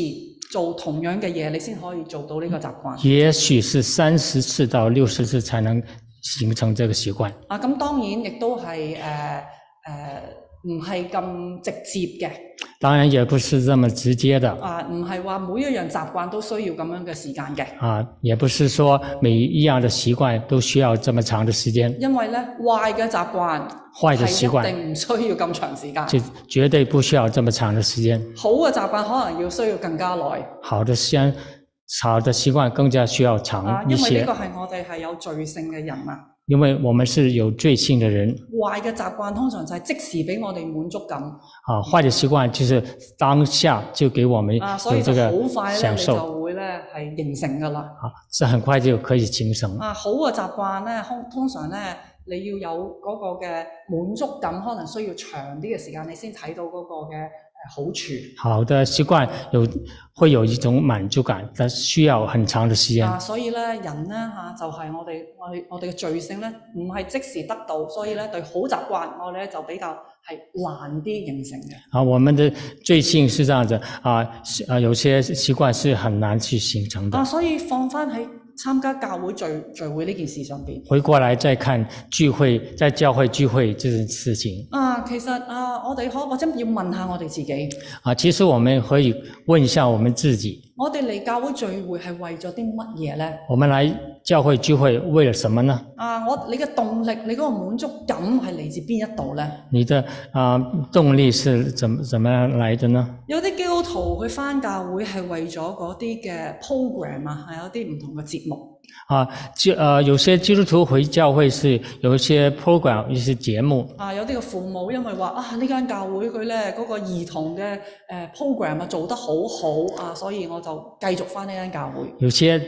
做同樣嘅嘢，你先可以做到呢個習慣。也许是三十次到六十次才能形成这个习惯。啊，咁當然亦都係誒誒唔係咁直接嘅，当然也不是这么直接的啊唔係話每一樣習慣都需要咁樣嘅時間嘅，啊，也不是说每一样的习惯都需要这么长的时间，因為咧壞嘅習慣壞嘅習慣係一定唔需要咁長時間，就绝对不需要这么长的时间。好嘅習慣可能要需要更加耐。好的先，好的习惯更加需要啊，长一因為些。呢個係我哋係有罪性嘅人啊，因为我们是有罪性的人壞嘅習慣通常就係即時俾我哋滿足感，啊，坏的习惯就是当下就给我们啊，所以有就这好个快咧，享你受就會咧係形成噶啦。啊，是很快就可以形成啊，好嘅習慣咧，通通常咧，你要有嗰個嘅滿足感，可能需要長啲嘅時間，你先睇到嗰個嘅誒好處。好的习惯有会有一种满足感，但需要很长的时间啊，所以咧，人咧嚇、就係、我哋我哋我哋嘅罪性咧，唔係即時得到，所以咧對好習慣我哋咧就比較係難啲形成嘅。啊。我们的罪性是这样子啊，是啊，有些习惯是很难去形成的啊，。所以放翻喺參加教會聚聚會呢件事上邊。回过来再看聚会，在教会聚会这件事情啊，其實啊，我哋可或者要問下我哋自己，啊，其实我们可以问一下我们自己：我哋嚟教會聚會係為咗啲乜嘢咧？我们来教会聚會为了什么呢？啊！我你嘅動力，你嗰個滿足感係嚟自邊一度呢？你的啊、动力是怎么怎么样来的呢？有啲基督徒佢返教會係為咗嗰啲嘅 program 啊，係有啲唔同嘅節目啊，就呃，有些基督徒回教会是有一些 program，一些节目啊，有啲嘅父母因為話啊呢間教會佢呢嗰、個兒童嘅誒 program 啊做得好好啊，所以我就繼續返呢間教會。有些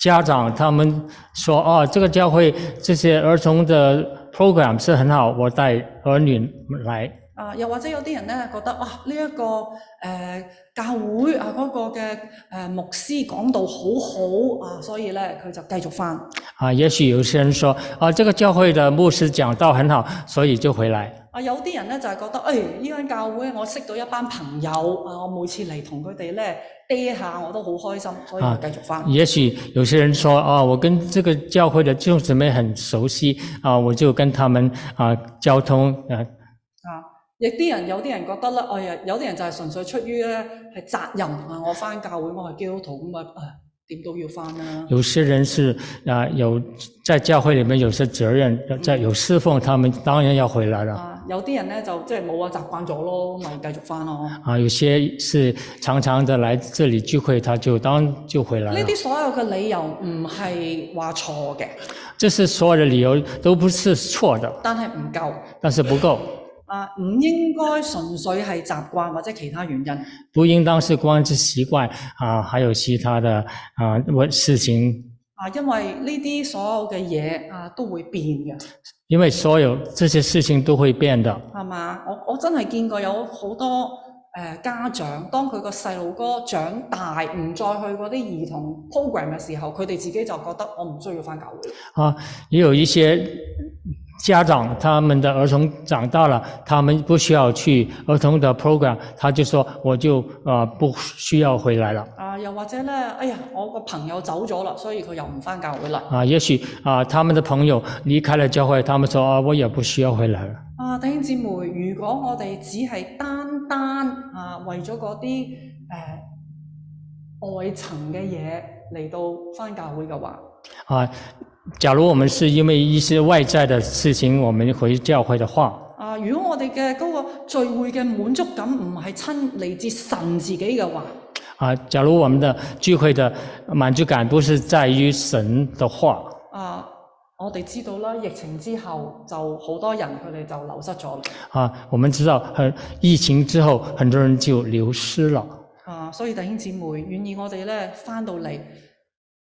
家长他们说，哦，这个教会这些儿童的 program 是很好，我带儿女来。啊，又或者有啲人呢覺得啊呢一、個誒、呃教會啊嗰、個嘅誒、呃牧師講道好好啊，所以呢，佢就繼續返。哦啊，也许有些人说，啊，这个教会的牧师讲道很好，所以就回来。啊，有啲人咧就係覺得，誒呢間教會我識到一班朋友，啊，我每次嚟同佢哋咧嗲下，我都好開心，所以我啊繼續翻。也许有些人说啊，我跟这个教会的弟兄姊妹很熟悉啊，我就跟他们啊交通啊啊，亦啲人有啲人覺得咧，哎呀，有啲人就係純粹出於咧係責任啊，我翻教會我係基督徒咁啊，啊點都要翻啦。有些人是啊有在教会里面有些责任，在有侍奉，他们当然要回来了啊，有啲人咧就即係冇啊，習慣咗咯，咪繼續翻咯。呢啊。有些是常常的来这里聚会，他就当就回来了。啲所有嘅理由唔係話錯嘅，这是所有的理由都不是错的，但係唔夠但是不够，啊，唔應該純粹係習慣或者其他原因。不应当是光是习惯啊，还有其他的啊问事情啊，因為呢啲所有嘅嘢啊都會變嘅，因为所有这些事情都會變的。係嘛？我我真係見過有好多誒、呃家長，當佢個細路哥長大，唔再去嗰啲兒童 program 嘅時候，佢哋自己就覺得我唔需要翻教會。啊，也有一些家長他們的兒童長大了，他們不需要去兒童的 program，他就說我就啊、呃不需要回來了。啊，又或者咧，哎呀，我個朋友走咗啦，所以佢又唔翻教會啦。啊，也許啊，他們的朋友離開了教會，他們說啊，我也不需要回來了。啊，弟兄姊妹，如果我哋只係單單啊為咗嗰啲誒外層嘅嘢嚟到翻教會嘅話，啊，假如我們是因為一些外在的事情，我們回教會的話，啊，如果我哋嘅嗰個聚會嘅滿足感唔係親嚟自神自己嘅話，啊，假如我們的聚會的滿足感不是在於神的話，啊，我哋知道啦，疫情之後就好多人佢哋就流失咗啦。啊，我们知道，很疫情之后，很多人就流失了。啊，所以弟兄姊妹，願意我哋咧翻到嚟，誒、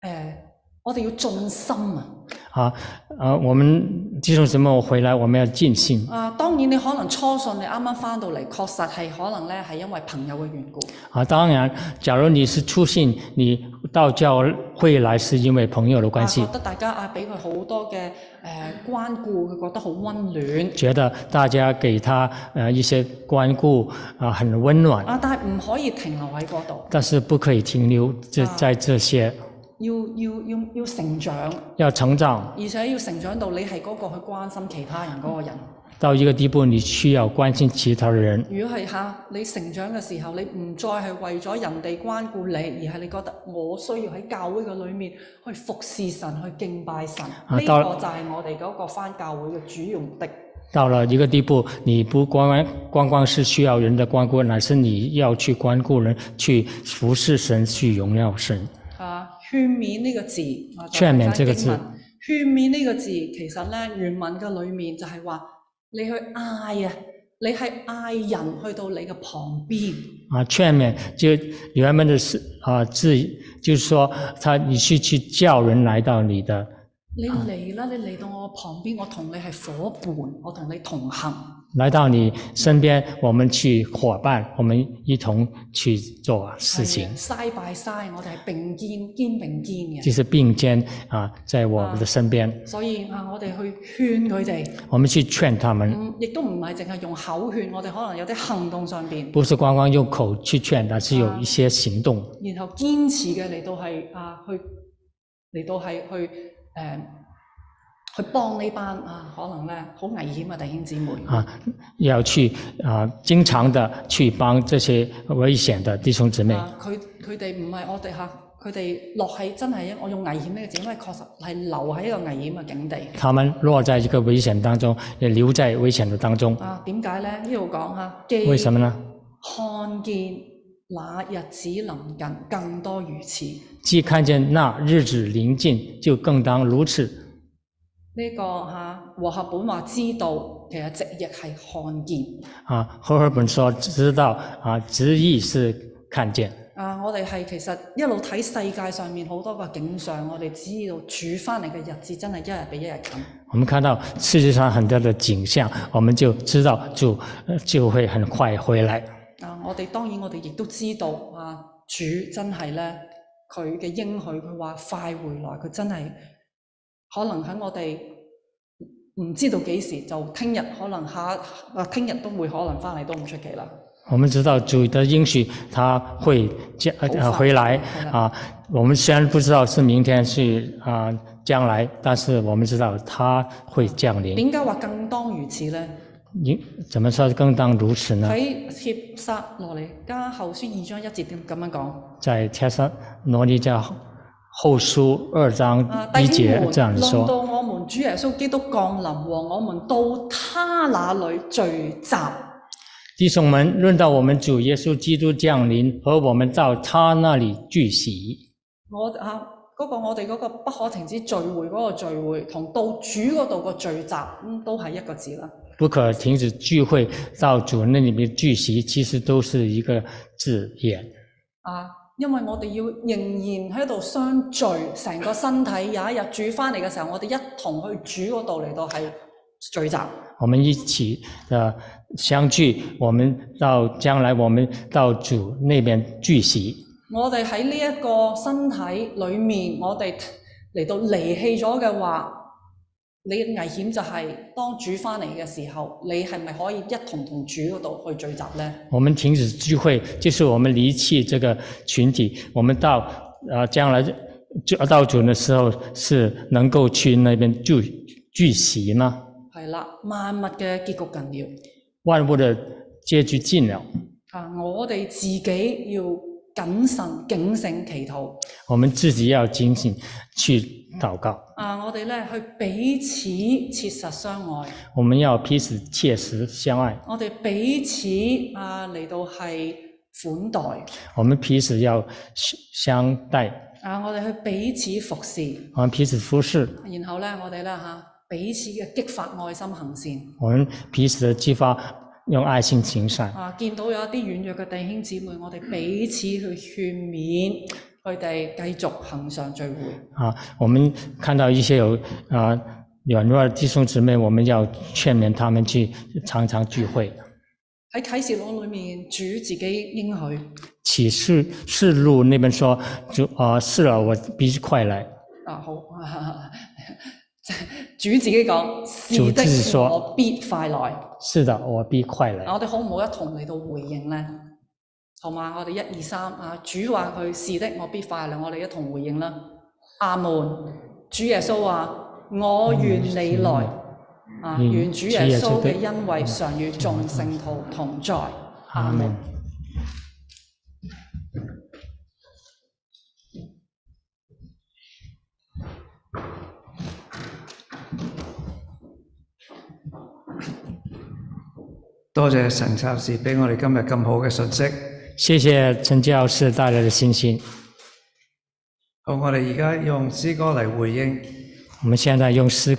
呃我哋要盡心啊！啊，呃，我们弟兄姊妹回來，我们要尽心。啊，當然你可能初信，你啱啱翻到嚟，確實係可能咧係因為朋友嘅緣故。啊，當然，假如你是初信，你到教会來是因為朋友的關啊，係覺，得大家啊俾佢好多嘅誒、呃關顧，佢覺得好温暖。覺得大家給他呃一些關顧啊，很溫暖，啊，但係唔可以停留喺嗰度，但是不可以停留在啊在這些，要要要要成長，要成長而且要成長到你係嗰個去關心其他人嗰個人。到一個地步，你需要關心其他的人。如果係嚇你成長嘅時候，你唔再係為咗人哋關顧你，而係你覺得我需要喺教會嘅裏面去服侍神、去敬拜神，呢、個當就係我哋嗰個返教會嘅主要目的。到了一個地步，你不光光光光是需要人的关顾，乃是你要去关顾人，去服侍神，去荣耀神。啊，勸勉呢個字，啊勸勉這個字，就係睇經文勸勉呢個字其實咧原文嘅裏面就係話你去嗌啊，你係嗌人去到你嘅旁邊。啊，劝勉就原本的是啊字，就是说他你去去叫人来到你的你嚟啦！你嚟到我旁邊，我同你係伙伴，我同你同行。来到你身邊，我們去伙伴，我們一同去做事情， side by side，我哋係並肩肩並肩就嘅，是并肩啊，在我們的身邊，所以啊，我哋去勸佢哋，我們去勸他們，嗯，亦都唔係淨係用口勸，我哋可能有啲行動上邊，不是光光用口去勸，而是有啊一些行動。然後堅持嘅嚟到係啊去嚟到係去誒、呃去幫呢班啊可能咧好危險嘅弟兄姊妹。啊，要去啊，经常的去帮这些危险的弟兄姊妹啊！佢佢哋唔係我哋嚇，佢哋落喺真係我用危險呢個字，因為確實係留喺一個危險嘅境地。他们落在一个危险当中，也留在危险的当中。啊，點解咧？呢度講嚇，既为什么呢？看見那日子臨近，更多如此。呢、既看见那日子临近，就更当如此。個嚇、和合本話知道，其實直譯係看見。啊，赫尔本说知道啊，直译是看见啊！我哋係其實一路睇世界上面好多個景象，我哋知道主翻嚟嘅日子真係一日比一日近。我们看到世界上很多的景象，我们就知道主呃就会很快回来。啊！我哋當然我哋亦都知道啊，主真係咧佢嘅應許，佢話快回來，佢真係可能喺我哋唔知道幾時就聽日可能下啊，聽日都會可能翻嚟都唔出奇啦。我们知道主的应许他会将好呃法回来好的啊。我们虽然不知道是明天是啊将来，但是我们知道他会降临。點解話更當如此呢？你怎么说更当如此呢？喺帖撒羅尼加後書二章一節點咁樣講。在帖撒罗尼迦后书二章啊，一弟兄节們，这样論到说：我們主耶穌基督降臨和我們到他那裏聚集。弟兄们，论到我们主耶稣基督降临和我们到他那里聚集，我啊嗰、個我哋嗰個不可停止聚會嗰個聚會，同到主嗰度個聚集，嗯、都係一個字啦。不可停止聚会，到主那里面聚集，其实都是一个字眼。啊，因為我哋要仍然喺度相聚，成個身體有一日主翻嚟嘅時候，我哋一同去主嗰度嚟到係聚集。我们一起的相聚，我们到将来我们到主那边聚集。我哋喺呢一個身體裏面，我哋嚟到離棄咗嘅話，你嘅危險就係、當主翻嚟嘅時候，你係咪可以一同同主嗰度去聚集呢？我们停止聚会，就是我们离弃这个群体。我们到呃将来就啊到主的时候，是能够去那边聚聚集呢？係啦，萬物嘅結局近了，万物的结局尽了，啊，我哋自己要謹慎警醒祈禱，我们自己要警醒去祷告。啊，我哋咧去彼此切實相愛，我们要彼此切实相爱，我哋彼此啊嚟到係款待，我们彼此要相相待，啊，我哋去彼此服侍。我们彼此服侍。然後呢，我哋呢，嚇彼此嘅激發愛心行善。我们彼此的激发，用爱心行善。啊，見到有一啲軟弱嘅弟兄姊妹，我哋彼此去勸勉佢哋繼續行上聚會。啊，我们看到一些有啊、软弱的弟兄姊妹，我们要劝勉他们去常常聚会。喺啟示錄裏面，主自己應許启示示录那边说，主啊、是了，我必须快来。啊，好， 主自己講：是主自己的，說我必快來。是的，我必快来。我哋好唔好一同嚟到回應呢？好嘛，我哋一二三啊！主話佢是的，我必快來，我哋一同回應啦。阿門。主耶穌話：我願你來啊！嗯願主耶穌主耶嘅穌的恩惠常與眾聖徒同在。阿门。多謝神策士俾我哋今日咁好嘅信息。谢谢陈教士带来的信心。好，我哋而家用詩歌嚟回應。我们现在用诗